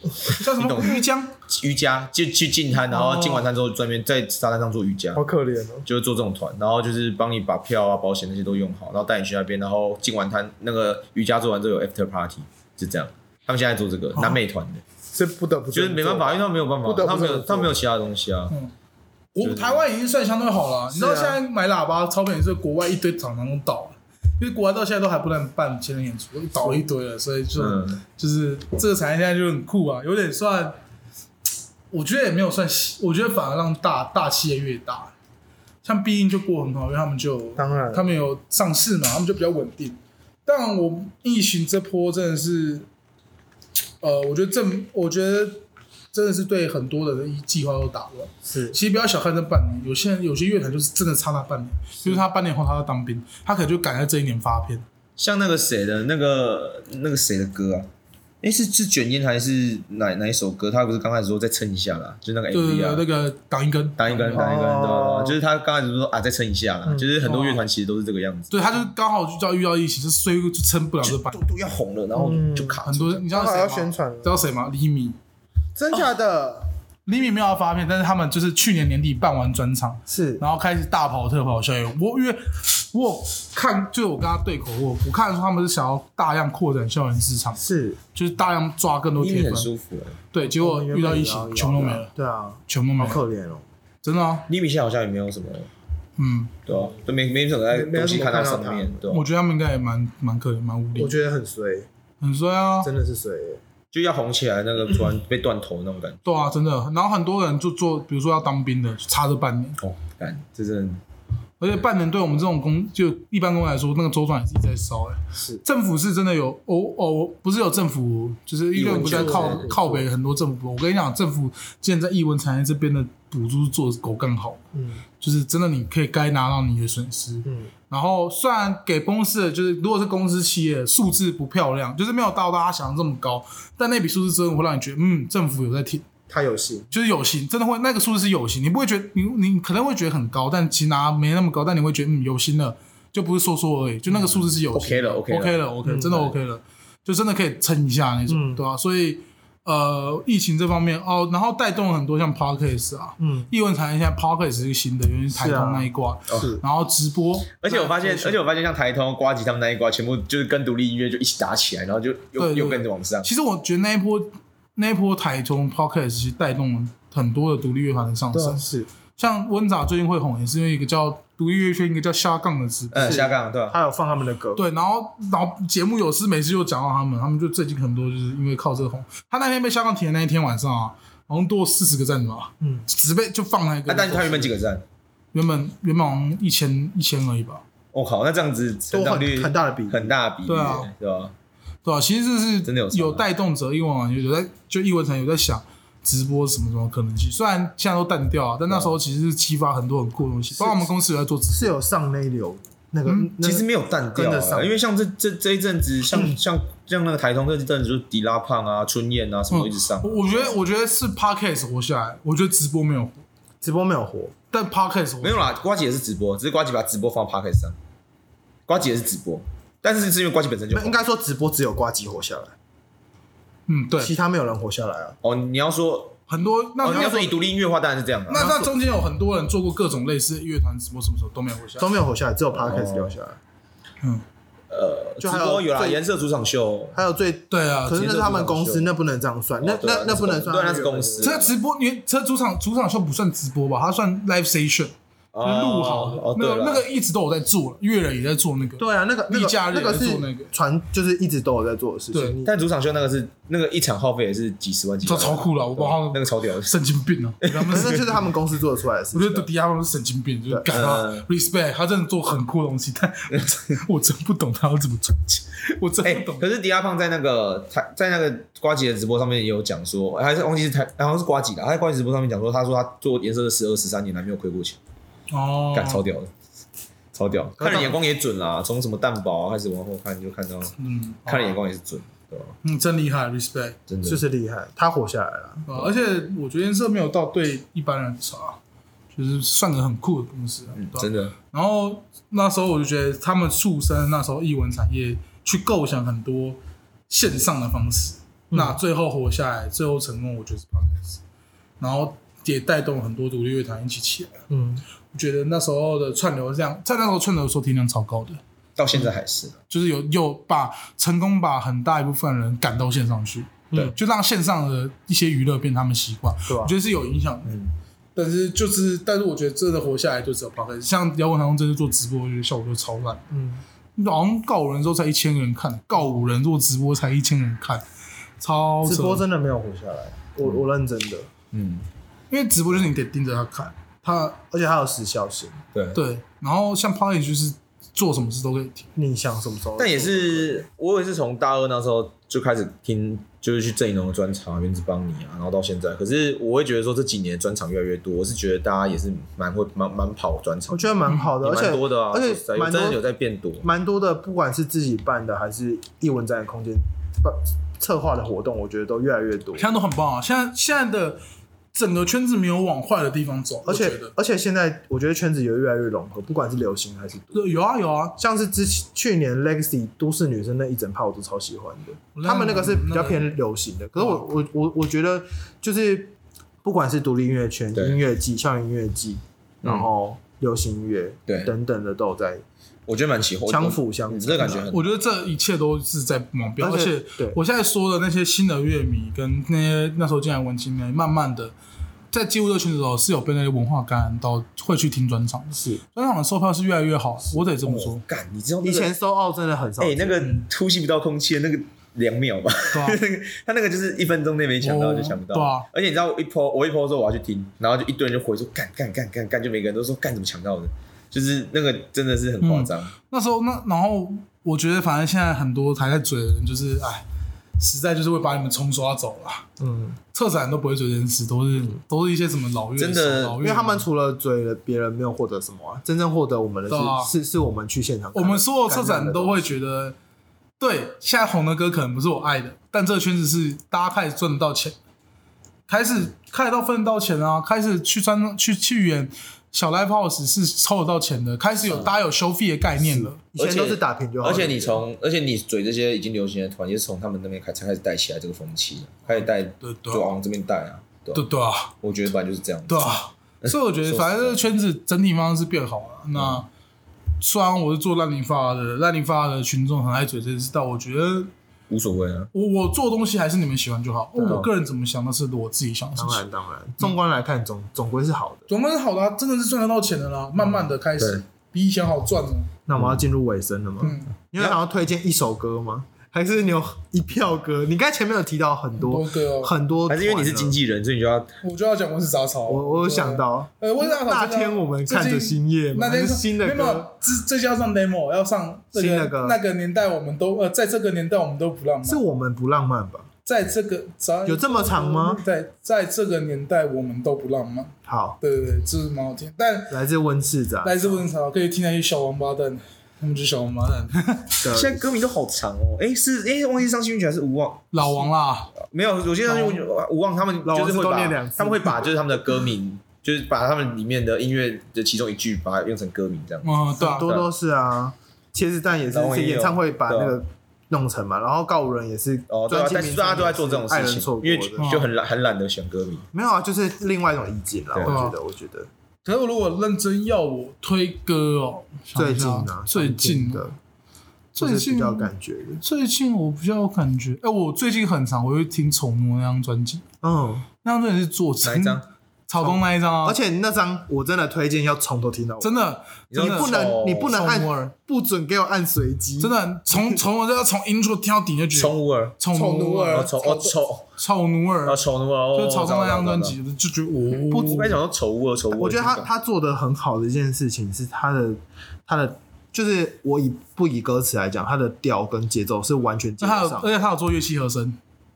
Speaker 4: 叫什
Speaker 3: 你
Speaker 4: 么
Speaker 3: 懂
Speaker 4: 玉江
Speaker 3: 瑜伽就去净滩，然后
Speaker 4: 哦
Speaker 3: 净完滩之后专门在沙滩上做瑜伽，
Speaker 1: 好可怜哦。
Speaker 3: 就是做这种团，然后就是帮你把票啊、保险那些都用好，然后带你去那边，然后进完摊那个瑜伽做完之后有 after party，是这样。他们现在做这个南美团的，
Speaker 1: 是不得哦不这么
Speaker 3: 就是没办法，因为他们没有办
Speaker 1: 不得
Speaker 3: 法，
Speaker 1: 不
Speaker 3: 他们
Speaker 1: 这么
Speaker 3: 没有
Speaker 1: 做
Speaker 3: 他们没有其他东西啊。
Speaker 4: 我台湾已经算相对好了啊、你知道
Speaker 1: 是
Speaker 4: 现
Speaker 1: 啊
Speaker 4: 在买喇叭超便宜，所以国外一堆厂商都倒了，因为国外到现在都还不能办千人演出，倒了一堆了，所以就、
Speaker 3: 嗯，
Speaker 4: 就是这个产业现在就很酷啊，有点算，我觉得也没有算，我觉得反而让大大企业越大，像必应就过很好，因为他们就
Speaker 1: 做。当然，
Speaker 4: 他们有上市嘛，他们就比较稳定。但我疫情这波真的是，呃，我觉得正，我觉得真的是对很多人的计划都打乱。
Speaker 1: 是
Speaker 4: 其实不要小看这半年，有些人有些乐坛就是真的差那半年，就是他半年后他要当兵，他可能就赶在这一年发片。
Speaker 3: 像那个谁的那个那个谁的歌啊，诶，是是卷烟还是哪哪一首歌？他不是刚开始说再撑一下啦，就那个
Speaker 4: 对对
Speaker 3: MV
Speaker 4: 对，那
Speaker 3: 啊。
Speaker 4: 个挡一根，
Speaker 3: 打一根，打一
Speaker 1: 哦
Speaker 3: 根，对啊对啊就是他刚开始说啊，再撑一下
Speaker 4: 嗯
Speaker 3: 啦，就是
Speaker 4: 哦
Speaker 3: 很多乐团其实都是这个样子，
Speaker 4: 对，他就是刚好就叫遇到疫情，就衰就撑不了这半
Speaker 3: 都
Speaker 4: 年。
Speaker 3: 都要红了，然后
Speaker 1: 嗯
Speaker 3: 就卡
Speaker 4: 很
Speaker 3: 住。
Speaker 4: 多你知道
Speaker 1: 刚好要
Speaker 4: 谁
Speaker 1: 宣
Speaker 4: 吗？
Speaker 1: 传了
Speaker 4: 知，道谁吗？李米，
Speaker 1: 真假的？
Speaker 4: 李米没有要发片，但是他们就是去年年底办完专场，
Speaker 1: 是
Speaker 4: 然后开始大跑特跑校园。我因为我有看，就我跟他对口，我我看说他们是想要大量扩展校园市场，
Speaker 1: 是，
Speaker 4: 就是大量抓更多
Speaker 3: 音
Speaker 4: 铁
Speaker 3: 很
Speaker 4: 粉。
Speaker 3: 舒服欸，
Speaker 4: 对，结果遇到疫
Speaker 1: 我们
Speaker 4: 情，
Speaker 1: 哦原本也要
Speaker 4: 全都没
Speaker 1: 聊
Speaker 4: 了，
Speaker 1: 对啊，
Speaker 4: 全都没
Speaker 1: 好
Speaker 4: 了，
Speaker 1: 可怜哦。
Speaker 4: 真的啊。
Speaker 3: 李米现在好像也没有什么，
Speaker 4: 嗯，
Speaker 3: 对啊，都没没什么在东西看到上面，对啊
Speaker 4: 我觉得他们应该也蛮蛮可怜，蛮无力
Speaker 1: 我，觉得很衰，
Speaker 4: 很衰啊。
Speaker 1: 真的是衰耶。
Speaker 3: 就要红起来，那个突然被断头那种感觉。
Speaker 4: 对啊，真的。然后很多人就做，比如说要当兵的，差这半年，
Speaker 3: 哦，感这真的
Speaker 4: 而且半年对我们这种工，就一般工来说，那个周转也是一直在烧哎、
Speaker 1: 是
Speaker 4: 政府是真的有，哦哦，不是有政府，就是因为我不在
Speaker 3: 艺
Speaker 4: 靠
Speaker 3: 文圈
Speaker 4: 靠北很多政府。我跟你讲，政府现在艺文产业这边的补助是做得狗更好，
Speaker 1: 嗯
Speaker 4: 就是真的你可以该拿到你的损失。
Speaker 1: 嗯，
Speaker 4: 然后虽然给公司的就是如果是公司企业数字不漂亮，就是没有到大家想的这么高，但那笔数字真的会让你觉得，嗯，政府有在挺，
Speaker 1: 他有心，
Speaker 4: 就是有心，真的会那个数字是有心，你不会觉得你你可能会觉得很高，但其实拿没那么高，但你会觉得嗯有心了，就不是说说而已，就那个数字是有心、
Speaker 3: OK 了，OK 了
Speaker 4: OK 了 OK
Speaker 1: 嗯
Speaker 4: 真的 OK 了，就真的可以撑一下那种，
Speaker 1: 嗯
Speaker 4: 对吧、所以呃，疫情这方面哦，然后带动了很多像 Podcast 啊，
Speaker 1: 嗯，
Speaker 4: 艺文产业现在 Podcast 是一个新的，尤其是台
Speaker 1: 是啊
Speaker 4: 东那一挂，
Speaker 3: 哦
Speaker 1: 是
Speaker 4: 然后直播，
Speaker 3: 而且我发现，
Speaker 4: 那
Speaker 3: 而且我发现像台通、瓜吉他们那一挂，全部就是跟独立音乐就一起打起来，然后就
Speaker 4: 对对
Speaker 3: 又
Speaker 4: 对
Speaker 3: 又跟着往上。
Speaker 4: 其实我觉得那一波那一波台中 Podcast 其实带动了很多的独立乐团的上
Speaker 1: 对啊，
Speaker 4: 升，
Speaker 1: 是
Speaker 4: 像温杂最近会红，也是因为一个叫独立乐圈，一个叫下杠的直播。
Speaker 3: 嗯，下杠对吧？
Speaker 1: 他有放他们的歌，
Speaker 4: 对，然后然后节目有事没事就讲到他们，他们就最近很多就是因为靠这个红。他那天被下杠停的那一天晚上啊，好像多四十个赞吧，
Speaker 1: 嗯，
Speaker 4: 只被就放那
Speaker 3: 那
Speaker 4: 个。
Speaker 3: 啊但他原本几个赞？
Speaker 4: 原本原本好像一千一千而已吧，
Speaker 3: 我靠，那这样子成
Speaker 1: 都
Speaker 3: 长率
Speaker 1: 很很大的比例，
Speaker 3: 很大比例，
Speaker 4: 对啊
Speaker 3: 对吧？
Speaker 4: 对吧、其实这是
Speaker 3: 真的有差
Speaker 4: 有带动者英文网友有在就英文城有在想直播什么什么可能性，虽然现在都淡掉啊，但那时候其实是激发很多很酷的东西，包括我们公司有在做直
Speaker 1: 是有上内流那个
Speaker 4: 嗯，
Speaker 1: 那
Speaker 3: 其
Speaker 1: 个
Speaker 3: 实没有淡掉
Speaker 1: 跟得
Speaker 3: 啊，
Speaker 1: 上
Speaker 3: 因为像这这这一阵子， 像像像那个台通这一阵子，就是迪拉胖啊、春燕啊什么一直上。
Speaker 4: 我我觉得，我觉得是 podcast 活下来，我觉得直播没有活，
Speaker 1: 直播没有火，
Speaker 4: 但 podcast 活
Speaker 3: 没有啦，瓜姐也是直播，只是瓜姐把直播放 p o c k e t 上。瓜姐也是直播，但是是因为瓜姐本身就
Speaker 1: 没应该说直播只有瓜机活下来，
Speaker 4: 嗯，对，
Speaker 1: 其他没有人活下来啊。
Speaker 3: 哦，你要说
Speaker 4: 很多那
Speaker 3: 哦，你
Speaker 4: 那
Speaker 3: 要说以独立音乐化，当然是这样的。啊
Speaker 4: 那那中间有很多人做过各种类似的乐团直播，什么时候都没有活下
Speaker 1: 都
Speaker 4: 来。
Speaker 3: 哦
Speaker 1: 没有活下来，只有 podcast 留下来。
Speaker 4: 嗯，
Speaker 3: 呃，
Speaker 1: 就
Speaker 3: 直
Speaker 1: 还有
Speaker 3: 播有啦，
Speaker 1: 最
Speaker 3: 颜色主场秀，
Speaker 1: 还有最，
Speaker 4: 对啊，
Speaker 1: 可是那是他们公
Speaker 3: 其
Speaker 1: 司，
Speaker 3: 实
Speaker 1: 那不能这样算，那
Speaker 3: 哦对啊
Speaker 1: 那那不能算，
Speaker 3: 对那是公司
Speaker 4: 这个直播，你这主场主场秀不算直播吧？它算 live session，就是录好的
Speaker 3: 哦，哦，
Speaker 4: 那
Speaker 3: 对了，
Speaker 4: 个那个一直都有在做，月磊也在做那个，
Speaker 1: 对啊，那个那
Speaker 4: 例
Speaker 1: 个
Speaker 4: 假日
Speaker 1: 那个
Speaker 4: 也在做那
Speaker 1: 是
Speaker 4: 个
Speaker 1: 传，就是一直都有在做的事
Speaker 4: 对
Speaker 1: 情。你
Speaker 3: 但主场秀那个是那个一场耗费也是几十万几
Speaker 4: 超
Speaker 3: 万，
Speaker 4: 超酷了，我不知道
Speaker 3: 那
Speaker 4: 他
Speaker 3: 个超屌的，
Speaker 4: 神经病 啊，他们
Speaker 1: 可是那就
Speaker 4: 是个
Speaker 1: 是他们公司做得出来的事
Speaker 4: 我觉
Speaker 1: 情。
Speaker 4: 得迪亚都是神经病，就是感到
Speaker 3: 嗯
Speaker 4: respect，他真的做很酷的东西，但我真不懂他要怎么赚钱， 我真
Speaker 3: 哎、
Speaker 4: 不懂。
Speaker 3: 可是迪亚胖在那个他在那个瓜吉的直播上面也有讲说，还是忘记是台，好像是瓜吉的，他在瓜吉直播上面讲说，他说他做颜色的十二十三年来没有亏过钱，
Speaker 4: 哦，
Speaker 3: 哎干、超屌的，超屌，
Speaker 1: 可是
Speaker 3: 看人眼光也准啦，从什么蛋堡啊开始往后看就看到，
Speaker 4: 嗯，好
Speaker 3: 看人眼光也是准，对吧？
Speaker 4: 嗯，真厉害，respect。
Speaker 3: 真的，
Speaker 1: 就是厉害，他活下来了。
Speaker 4: 呃而且我觉得颜色没有到对一般人差，就是算个很酷的公司啊、
Speaker 3: 嗯
Speaker 4: 对吧
Speaker 3: 真的，
Speaker 4: 然后那时候我就觉得他们促生那时候艺文产业去构想很多线上的方式，
Speaker 3: 嗯
Speaker 4: 那最后活下来、最后成功，我觉得是 Podcast，然后也带动很多独立乐团一起起来。
Speaker 1: 嗯，
Speaker 4: 我觉得那时候的串流量，在那时候串流收听量超高的，
Speaker 3: 到现在还是，
Speaker 4: 就是有有把成功把很大一部分人赶到线上去，
Speaker 1: 对
Speaker 4: 就让线上的一些娱乐变他们习惯，
Speaker 1: 嗯对啊吧
Speaker 4: 我觉？得是有影响的。
Speaker 3: 嗯，
Speaker 4: 但是就是，但是我觉得真的活下来就只哦有 p o d 像摇滚堂这次做直播，我觉得效果就超烂。
Speaker 1: 嗯，
Speaker 4: 好像告五人之后才一千人看，告五人做直播才一千人看，超扯
Speaker 1: 直播真的没有活下来，我我认真的，
Speaker 3: 嗯，
Speaker 4: 因为直播就是你得盯着他看，他
Speaker 1: 而且还有时效性，
Speaker 3: 对，
Speaker 4: 对。然后像 p o d 就是做什么事都可以听，
Speaker 1: 你想什么时候？
Speaker 3: 但也是，我也是从大二那时候就开始听，就是去郑宜农的专场啊《原子邦尼》啊，然后到现在。可是我会觉得说这几年专场越来越多，我是觉得大家也是蛮会蛮蛮跑专场
Speaker 1: 我，觉得蛮好的，
Speaker 3: 也
Speaker 1: 而且
Speaker 3: 蛮多的啊，
Speaker 1: 而
Speaker 3: 说实在
Speaker 1: 且
Speaker 3: 有
Speaker 1: 蛮
Speaker 3: 真的有
Speaker 1: 多
Speaker 3: 在变多。
Speaker 1: 蛮多的，不管是自己办的还是艺文展演空间办策划的活动，我觉得都越来越多。
Speaker 4: 现在都很棒啊。现在现在的整个圈子没有往坏的地方走，
Speaker 1: 而
Speaker 4: 我
Speaker 1: 且
Speaker 4: 觉得
Speaker 1: 而且现在我觉得圈子也越来越融合，不管是流行还是独立
Speaker 4: 对有啊有啊，
Speaker 1: 像是之前去年 Legacy 都市女生那一整趴我都超喜欢的，他们那个是比较偏流行的。可是
Speaker 4: 嗯
Speaker 1: 我我我我觉得就是不管是独立音乐圈、
Speaker 3: 对
Speaker 1: 音乐季、校园音乐季，
Speaker 3: 嗯
Speaker 1: 然后流行音乐
Speaker 3: 对
Speaker 1: 等等的都有在
Speaker 3: 我觉得蛮喜欢，
Speaker 1: 相辅相
Speaker 3: 嗯
Speaker 1: 成，啊
Speaker 3: 这个感觉很
Speaker 4: 我觉得这一切都是在往标，
Speaker 1: 而
Speaker 4: 而
Speaker 1: 且
Speaker 4: 且
Speaker 1: 对
Speaker 4: 我现在说的那些新的乐迷跟那些那时候进来文青们，慢慢的在进入这个圈子的时候是有被那些文化感染到，会去听专场的。
Speaker 1: 是
Speaker 4: 专场的售票是越来越好，我得这么
Speaker 3: 哦
Speaker 4: 说，
Speaker 3: 干，你知道那个
Speaker 1: 以前嗯收澳真的很少
Speaker 3: 哎、
Speaker 1: 见，
Speaker 3: 那个呼吸不到空气的那个两秒吧，
Speaker 4: 对啊
Speaker 3: 他那个就是一分钟内没抢到就抢不到。
Speaker 4: 哦对啊
Speaker 3: 而且你知道我一抛我一抛说我要去听，然后就一堆人就回说干干干干干，就每个人都说干怎么抢到的，就是那个真的
Speaker 1: 嗯
Speaker 3: 是很夸张。
Speaker 4: 那时候那然后我觉得，反正现在很多还在嘴的人，就是哎，实在就是会把你们冲刷走了。
Speaker 1: 嗯，
Speaker 4: 策展都不会嘴这件事，都是都是一些什么老乐手
Speaker 3: 真的
Speaker 4: 老乐
Speaker 1: 因为他们除了追了别人没有获得什么啊，真正获得我们的
Speaker 4: 对啊
Speaker 1: 是是是我们去现场看
Speaker 4: 我
Speaker 1: 的，
Speaker 4: 们所有策
Speaker 1: 看到
Speaker 4: 展
Speaker 1: 的
Speaker 4: 都会觉得，对，现在红的歌可能不是我爱的，但这个圈子是大家开始赚得到钱，开始开得到分得到钱啊，开始去专去去演小 live house 是抽得到钱的，开始有大家有收费的概念了。
Speaker 1: 以前都是打平就好，啊
Speaker 3: 而且你从而且你嘴这些已经流行的团，也是从他们那边开才开始带起来这个风气的，开始带
Speaker 4: 对对啊
Speaker 3: 就往这边带啊。对啊
Speaker 4: 对对啊，
Speaker 3: 我觉得本来就是这样子。
Speaker 4: 对啊，所以我觉得反正这个圈子整体方向是变好了。那虽然我是做烂泥发的，烂泥发的群众很爱嘴这件事，但我觉得
Speaker 3: 无所谓啊。
Speaker 4: 我我做东西还是你们喜欢就好。
Speaker 3: 啊
Speaker 4: 我个人怎么想那是我自己想的事
Speaker 1: 当
Speaker 4: 情。
Speaker 1: 然当然，纵观来看总总归是好的。
Speaker 4: 总归是好的、啊，真的是赚得到钱的
Speaker 1: 嗯
Speaker 4: 啦。慢慢的开
Speaker 3: 对
Speaker 4: 始，比以前好赚了。
Speaker 1: 那我们要进入尾声了吗？
Speaker 4: 嗯，
Speaker 1: 你有想要推荐一首歌吗？还是你有一票歌？你刚才前面有提到很多
Speaker 4: 多歌哦。
Speaker 1: 很多，
Speaker 3: 还是因为你是经，纪人，所以你就要
Speaker 4: 我就要讲我是杂草。
Speaker 1: 我我有想，到，
Speaker 4: 呃，我杂草
Speaker 1: 那天我们看着星夜嘛，
Speaker 4: 那
Speaker 1: 是
Speaker 4: 天
Speaker 1: 新的
Speaker 4: 没有没有
Speaker 1: 歌，，
Speaker 4: 这这要上 demo，要上这
Speaker 1: 新
Speaker 4: 个
Speaker 1: 的歌
Speaker 4: 那个年代，我们都呃，在这个年代我们都不浪
Speaker 1: 是
Speaker 4: 漫。
Speaker 1: 我们不浪漫吧？
Speaker 4: 在这个在
Speaker 1: 有这么长吗？
Speaker 4: 在在这个年代我们都不浪漫。
Speaker 1: 好，
Speaker 4: 对对对，这是蛮好听。但
Speaker 1: 来自温室长
Speaker 4: 来自文草可以听那些小王八蛋，他们就是小王 八蛋，
Speaker 3: 现
Speaker 1: 的，
Speaker 3: 在歌名都好长哦，哎、是哎、忘记是伤心欲绝还是无望？
Speaker 4: 老王啦，
Speaker 3: 没有，有些人我无望他们就是会
Speaker 1: 哦老王是多
Speaker 3: 把
Speaker 1: 练两次
Speaker 3: 他们会把就是他们的歌名，就是把他们里面的音乐的其中一句把它用成歌名这样。
Speaker 4: 嗯，对啊
Speaker 1: 很，多都是啊。茄子蛋也是
Speaker 3: 老王也有
Speaker 1: 演唱会把那
Speaker 3: 对啊
Speaker 1: 个弄成嘛，然后告五人也是
Speaker 3: 哦，对
Speaker 1: 专
Speaker 3: 啊，
Speaker 1: 辑
Speaker 3: 但
Speaker 1: 名称
Speaker 3: 是大家都在做这种
Speaker 1: 也是爱
Speaker 3: 事
Speaker 1: 人错
Speaker 3: 情，
Speaker 1: 过
Speaker 3: 因为
Speaker 1: 的
Speaker 3: 就很懒很懒得选歌名。
Speaker 1: 没有啊，就是另外一种意见啦。
Speaker 3: 对啊
Speaker 1: 我觉得，我觉得
Speaker 4: 可是如果认真要我推歌哦，想
Speaker 1: 最
Speaker 4: 一
Speaker 1: 近
Speaker 4: 下
Speaker 1: 啊，
Speaker 4: 最近
Speaker 1: 的这
Speaker 4: 最
Speaker 1: 是比
Speaker 4: 近
Speaker 1: 较有感觉的。嗯
Speaker 4: 最近我比较有感觉，哎、我最近很常我会听《宠奴》那张专辑，
Speaker 1: 嗯，
Speaker 4: 那张专辑是作者
Speaker 3: 哪一张？
Speaker 4: 草东那一张啊，
Speaker 1: 而且那张我真的推荐要从头听到尾，
Speaker 4: 真的
Speaker 3: 知道
Speaker 4: 真
Speaker 1: 你
Speaker 4: 的
Speaker 1: 不能
Speaker 3: 从
Speaker 1: 你不能
Speaker 4: 从我耳
Speaker 1: 按不准给我按随机，
Speaker 4: 真的从从我这要从 intro 听到底就觉得
Speaker 3: 宠物儿，
Speaker 4: 宠
Speaker 1: 宠奴
Speaker 4: 奴
Speaker 1: 儿
Speaker 3: 然后宠哦宠，
Speaker 4: 丑奴
Speaker 3: 然后
Speaker 4: 儿，
Speaker 3: 宠奴儿，
Speaker 4: 就草东
Speaker 3: 中
Speaker 4: 那张专，辑就觉得哦
Speaker 3: 我
Speaker 4: 我
Speaker 3: 我该想说哦宠物儿，宠物儿，
Speaker 1: 我觉得他他做的很好的一件事情是他的他的就是我以不以歌词来讲，他的调跟节奏是完全接
Speaker 4: 那
Speaker 1: 得
Speaker 4: 他有
Speaker 1: 上
Speaker 4: 而
Speaker 1: 的，
Speaker 4: 且他有做乐器和声，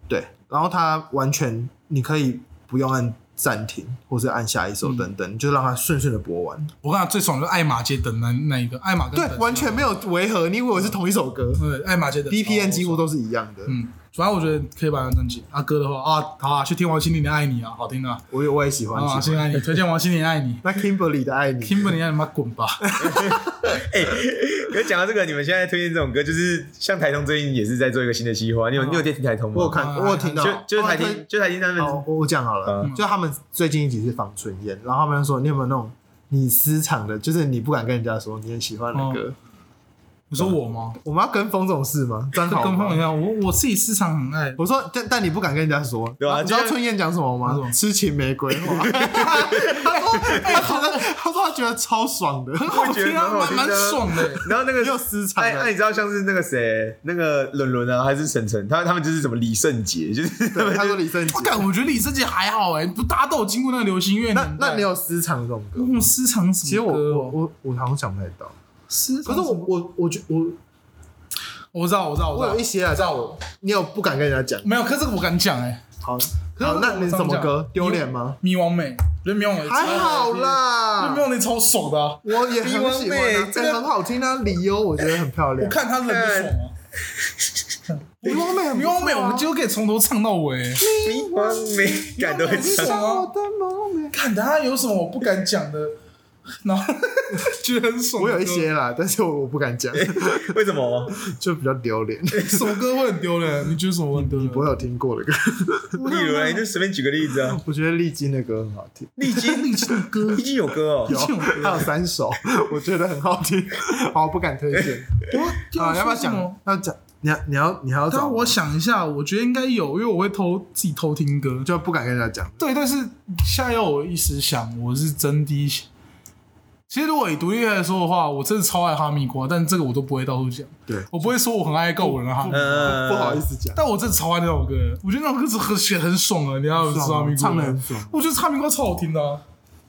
Speaker 1: 对，然后他完全你可以不用按暂停或是按下一首等等，你就让他顺顺的播完，
Speaker 4: 我看最爽就是爱马街等那那一个爱马跟
Speaker 1: 对，
Speaker 4: 等
Speaker 1: 完全没有违和，你以为我是同一首歌
Speaker 4: 对爱马街等
Speaker 1: ，BPM 几乎
Speaker 4: 都
Speaker 1: 都是一样的，
Speaker 4: 哦嗯，反正我觉得可以把它专辑啊歌的话啊好啊去听王心凌的爱你啊，好听啊，
Speaker 1: 我也我也喜欢
Speaker 4: 啊，
Speaker 1: 喜
Speaker 4: 心
Speaker 1: 欢。
Speaker 4: 爱你，推荐王心凌爱你
Speaker 1: 那 Kimberly 的爱你
Speaker 4: ，Kimberly 让你妈滚 吧，
Speaker 3: 哎， 可讲到这个，你们现在推荐这种歌，就是像台通最近也是在做一个新的计划，你有你有在听台通吗？
Speaker 1: 嗯我有看，我有听到，哦
Speaker 3: 就就是台
Speaker 1: 他们哦
Speaker 3: 听，就台听他们
Speaker 1: 好，我我讲好了，
Speaker 3: 嗯
Speaker 1: 就他们最近一集是访纯烟，然后他们说你有没有那种你私藏的，就是你不敢跟人家说你很喜欢的歌，
Speaker 4: 你说我吗？
Speaker 1: 我们要跟风这种事吗？真好
Speaker 4: 跟
Speaker 1: 吗
Speaker 4: 风一下，我我自己市场很爱，
Speaker 1: 我说，但但你不敢跟人家说，
Speaker 3: 对啊
Speaker 1: 你知道
Speaker 3: 就像
Speaker 1: 春燕讲什么
Speaker 4: 她说
Speaker 1: 吗？痴情玫瑰 花，他说他觉得他说他觉得超爽的，
Speaker 4: 好
Speaker 3: 觉
Speaker 4: 听
Speaker 3: 得
Speaker 4: 啊，
Speaker 3: 很好
Speaker 4: 蛮
Speaker 3: 听
Speaker 4: 蛮
Speaker 3: 的
Speaker 4: 爽的。
Speaker 3: 然后那 个
Speaker 1: 又私藏
Speaker 3: 哎，那、
Speaker 1: 的，
Speaker 3: 你知道像是那个谁，那个伦伦啊，还是晨晨，他他们就是什么李圣杰，就是 他
Speaker 1: 对
Speaker 3: 们
Speaker 1: 他说李圣杰
Speaker 4: 我，感啊我觉得李圣杰还好哎，不大家都有经过那个流行乐
Speaker 1: 那
Speaker 4: 年代。
Speaker 1: 那你有私藏这种歌吗？
Speaker 4: 我私藏什
Speaker 1: 其实
Speaker 4: 么
Speaker 1: 我
Speaker 4: 歌
Speaker 1: 我
Speaker 4: 哦？
Speaker 1: 我我好像想不太到，
Speaker 4: 私藏
Speaker 1: 可是我
Speaker 4: 什么
Speaker 1: 我我觉我
Speaker 4: 我知道我知道我
Speaker 1: 我
Speaker 4: 知道
Speaker 1: 有一些啊，但我你有不敢跟人家讲，
Speaker 4: 没有，可是这个我敢讲哎，
Speaker 1: 好，
Speaker 4: 是
Speaker 1: 好，那你什么
Speaker 4: 我
Speaker 1: 歌
Speaker 4: 讲？
Speaker 1: 丢脸吗？
Speaker 4: 迷惘美，我觉得迷惘美
Speaker 1: 还好，啦
Speaker 4: 迷，惘美超爽的啊，
Speaker 1: 我也很喜欢啊
Speaker 3: 迷惘，妹
Speaker 1: 真的很好听啊，理由我觉得很漂
Speaker 4: 我
Speaker 1: 亮。
Speaker 4: 看他人就爽啊。
Speaker 1: 迷惘妹很
Speaker 4: 迷
Speaker 1: 不错啊，
Speaker 4: 惘美，我们几乎可以从头唱到尾。
Speaker 3: 迷惘美，感都很
Speaker 1: 你是
Speaker 4: 啊
Speaker 3: 像。
Speaker 1: 我的梦寐
Speaker 4: 看他有什么我不敢讲的，然后觉得很爽。
Speaker 1: 我有一些啦，但是我我不敢讲，
Speaker 3: 为什么？
Speaker 1: 就比较丢脸。
Speaker 4: 哎什么歌会很丢人？你觉得什么会很丢人？
Speaker 1: 你不会有听过的歌，
Speaker 3: 例如啊，你就随便举个例子啊。
Speaker 1: 我觉得丽晶的歌很好听，
Speaker 3: 丽晶，
Speaker 4: 你这歌
Speaker 3: 丽晶有歌哦。
Speaker 4: 有
Speaker 1: 还有三首我觉得很好听， 好不敢推荐啊。要不要讲？要讲？你要你要你还要
Speaker 4: 但
Speaker 1: 找？
Speaker 4: 啊我想一下，我觉得应该有，因为我会偷自己偷听歌。
Speaker 1: 就不敢跟人家讲。
Speaker 4: 对，但是现在要我一时想，我是真的想。其实如果以独立乐来说的话，我真的超爱哈密瓜，但这个我都不会到处讲。
Speaker 1: 对，
Speaker 4: 我不会说我很爱告五人哈密瓜，
Speaker 3: 嗯，
Speaker 1: 不好意。思讲，
Speaker 4: 但我真的超爱那首歌。我觉得那首歌是很写得很爽啊，你要知道哈密瓜
Speaker 1: 唱的很爽。
Speaker 4: 我觉得哈密瓜超好听的、啊，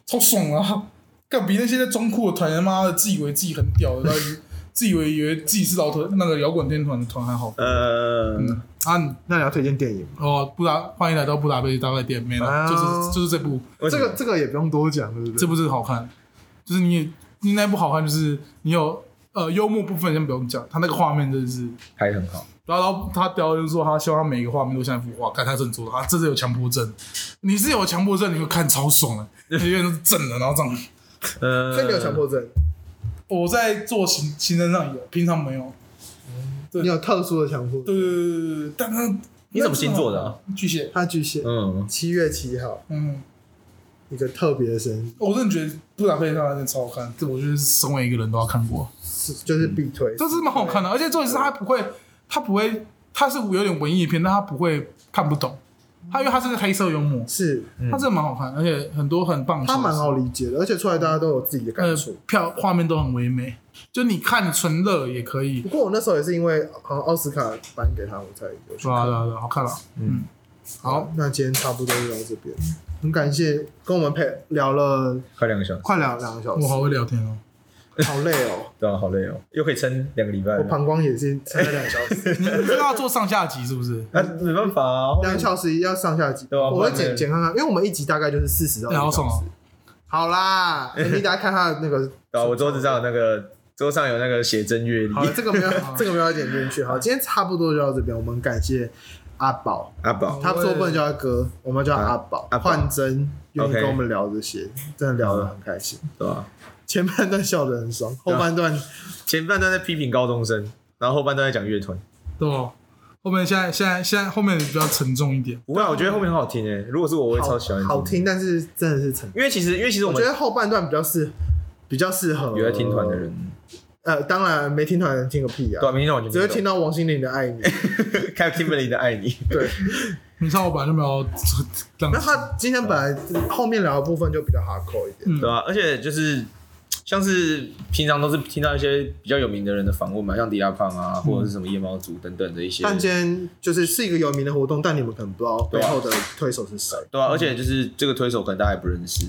Speaker 4: 超爽啊！干比那些在装酷的团，他妈的自以为自己很屌的，然后以自以为以为自己是老团那个摇滚天团的团还好。
Speaker 3: 呃，
Speaker 4: 嗯啊，你
Speaker 1: 那你要推荐电影吗？
Speaker 4: 哦，布达，欢迎来到布达佩斯大饭店，没了，
Speaker 1: 啊
Speaker 4: 就是就是这部，
Speaker 3: 为什
Speaker 1: 这
Speaker 3: 么
Speaker 1: 个这个也不用多讲，对不对？
Speaker 4: 这部真的好看，就是你也你那部好看，就是你有呃幽默部分先不用讲，他那个画面真的是，
Speaker 3: 拍得很好。
Speaker 4: 然后然后他雕就是说他希望他每一个画面都像一幅画，看他真的做的，他真的有强迫症，你是有强迫症，你会看超爽的，你永远都是正的，然后这样。
Speaker 3: 呃，
Speaker 1: 所以你有强迫症，
Speaker 4: 我在做行行政上有，平常没有。对
Speaker 1: 呃你有特殊的强迫症。
Speaker 4: 对对对对对，但他
Speaker 3: 你什么星座的啊？
Speaker 4: 巨蟹。
Speaker 1: 他巨蟹，
Speaker 3: 嗯，
Speaker 1: 七月七号，
Speaker 4: 嗯，
Speaker 1: 一个特别的生日，
Speaker 4: 我真的觉得布达佩斯大饭店超好看，这我觉得身为一个人都要看过，
Speaker 1: 是就是必推。
Speaker 4: 这是蛮好看的，而且重点是他不会，他不会，他是有点文艺片，但他不会看不懂，他因为他是个黑色幽默，
Speaker 1: 是
Speaker 3: 嗯
Speaker 4: 他真的蛮好看，而且很多很棒的小
Speaker 1: 他
Speaker 4: 说，
Speaker 1: 蛮好理解的，而且出来大家都有自己的
Speaker 4: 呃
Speaker 1: 感触。
Speaker 4: 票画面都很唯美，就你看纯乐也可以
Speaker 1: 不，过我那时候也是因为好像奥斯卡颁给他，我才有去
Speaker 4: 对啊
Speaker 1: 看。
Speaker 4: 对啊对啊，好看了，嗯，好，，
Speaker 1: 那今天差不多就到这边，很感谢跟我们陪聊了
Speaker 3: 快两个小时，
Speaker 1: 快两两个小
Speaker 4: 我好
Speaker 1: 时，
Speaker 4: 会聊天哦，
Speaker 1: 好累哦，
Speaker 3: 对啊，好累哦，又可以撑两个礼拜
Speaker 1: 我
Speaker 3: 了。
Speaker 1: 膀胱也是撑了两个小 时，
Speaker 4: 你你知道要做上下集是不是？
Speaker 3: 那没办法啊，后
Speaker 1: 两
Speaker 3: 面
Speaker 1: 个小时要上下集，
Speaker 3: 对啊
Speaker 1: 我
Speaker 3: 不
Speaker 1: 会
Speaker 3: 然
Speaker 1: 剪
Speaker 3: 呢
Speaker 1: 剪看看，因为我们一集大概就是四十到一
Speaker 4: 哎好
Speaker 1: 个
Speaker 4: 爽
Speaker 1: 小时
Speaker 4: 哦。
Speaker 1: 好啦，你大家看他的那个
Speaker 3: 对啊，我桌子上有那个桌上有那个写真阅历
Speaker 1: 好，这个没有，这个没有要剪进去。好，今天差不多就到这边，我们感谢阿宝，
Speaker 3: 阿宝。
Speaker 1: 他说不能叫他哥，我们叫他阿宝
Speaker 3: 阿。宝
Speaker 1: 幻真愿意
Speaker 3: OK
Speaker 1: 跟我们聊这些，真的聊得很开心。
Speaker 3: 对吧？
Speaker 1: 前半段笑得很爽，后
Speaker 3: 啊
Speaker 1: 半段
Speaker 3: 前半段在批评高中生，然后后半段在讲乐团。
Speaker 4: 对哦，后面现在现在现在后面比较沉重一点，
Speaker 3: 不会啊，我觉得后面很好听诶、如果是我，我会超
Speaker 1: 好
Speaker 3: 喜欢
Speaker 1: 好听，但是真的是成。
Speaker 3: 因为其实因为其实我
Speaker 1: 我
Speaker 3: 们
Speaker 1: 觉得后半段比较适比较适合
Speaker 3: 有在听团的人，
Speaker 1: 呃，当然没听团听个屁
Speaker 3: 对
Speaker 1: 啊，
Speaker 3: 啊，明天我就
Speaker 1: 只会 听到嗯王心凌的《爱你》。
Speaker 3: 看 Kimberly 的爱你，
Speaker 1: 对，
Speaker 4: 你知道我本来就没有这
Speaker 1: 那
Speaker 4: 样，
Speaker 1: 他今天本来后面聊的部分就比较 hardcore 一点，
Speaker 3: 对吧、而且就是像是平常都是听到一些比较有名的人的访问嘛，像迪拉胖啊，或者是什么夜猫族等等的一些，
Speaker 1: 但今天就是是一个有名的活动，但你们可能不知道
Speaker 3: 对
Speaker 1: 背
Speaker 3: 啊
Speaker 1: 后的推手是谁。
Speaker 3: 对啊，而且就是这个推手可能大家也不认识，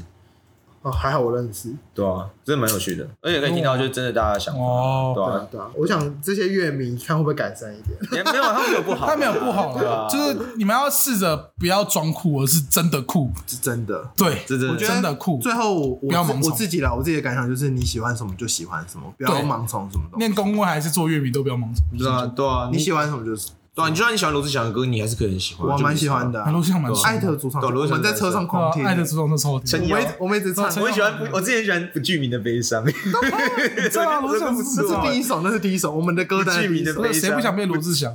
Speaker 1: 哦，还好我认识。
Speaker 3: 对啊，真的蛮有趣的，而且可以听到就是真的大家的想法，
Speaker 4: 哦，
Speaker 3: 对
Speaker 1: 对
Speaker 3: 啊
Speaker 1: 啊，，对啊，我想这些乐迷看会不会改善一 点。
Speaker 3: 也没有啊他们没有 不好，
Speaker 4: 他没有不好
Speaker 3: 对啊
Speaker 4: 啦，就是你们要试着不要装酷，而是真的酷。
Speaker 1: 是真的。
Speaker 4: 对，
Speaker 3: 这真的
Speaker 4: 我觉得真的酷。
Speaker 1: 最后我
Speaker 4: 不要
Speaker 1: 我自
Speaker 4: 盲从
Speaker 1: 我自己啦，我自己的感想就是你喜欢什么就喜欢什么，不要
Speaker 4: 对
Speaker 1: 盲从什么东西。
Speaker 4: 念公文还是做乐迷都不要盲从。
Speaker 3: 对啊，对啊，
Speaker 1: 你喜欢什么就是，
Speaker 3: 对啊，你就算你喜欢罗志祥的歌，你还是可以很喜欢，
Speaker 1: 我蛮喜欢的啊。
Speaker 4: 啊录像蛮爽
Speaker 1: 艾特主唱，
Speaker 3: 对
Speaker 1: 我
Speaker 3: 录像
Speaker 1: 们在车上狂
Speaker 4: 对
Speaker 1: 听
Speaker 4: 啊，爱的主动是超
Speaker 3: 陈
Speaker 1: 我
Speaker 4: 甜。
Speaker 3: 怡
Speaker 1: 们一直我们一直唱，
Speaker 3: 我很喜欢不，我之前很喜欢不具名的悲伤，
Speaker 4: 对啊，罗志
Speaker 1: 这
Speaker 3: 这个
Speaker 4: 祥
Speaker 3: 不
Speaker 1: 是
Speaker 4: 是
Speaker 1: 第一首，那是第一首，我们的歌单
Speaker 3: 剧名的
Speaker 1: 第一首
Speaker 3: 悲伤
Speaker 4: 谁不想变罗志祥？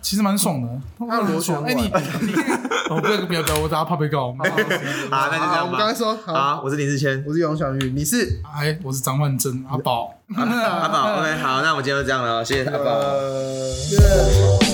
Speaker 4: 其实蛮爽的。
Speaker 1: 他有螺旋丸
Speaker 4: 哎，你你可以，哦不要不要不要，我大家怕被告。
Speaker 3: 好，那就这
Speaker 1: 好
Speaker 3: 样
Speaker 1: 我们刚
Speaker 3: 吧
Speaker 1: 才。说好，
Speaker 3: 好，我是林志谦，
Speaker 1: 我是杨小玉，你是
Speaker 4: 哎，我是张焕珍，阿宝。
Speaker 3: 阿宝，OK，好，那我们今天就这样了，谢谢阿宝。
Speaker 1: 呃。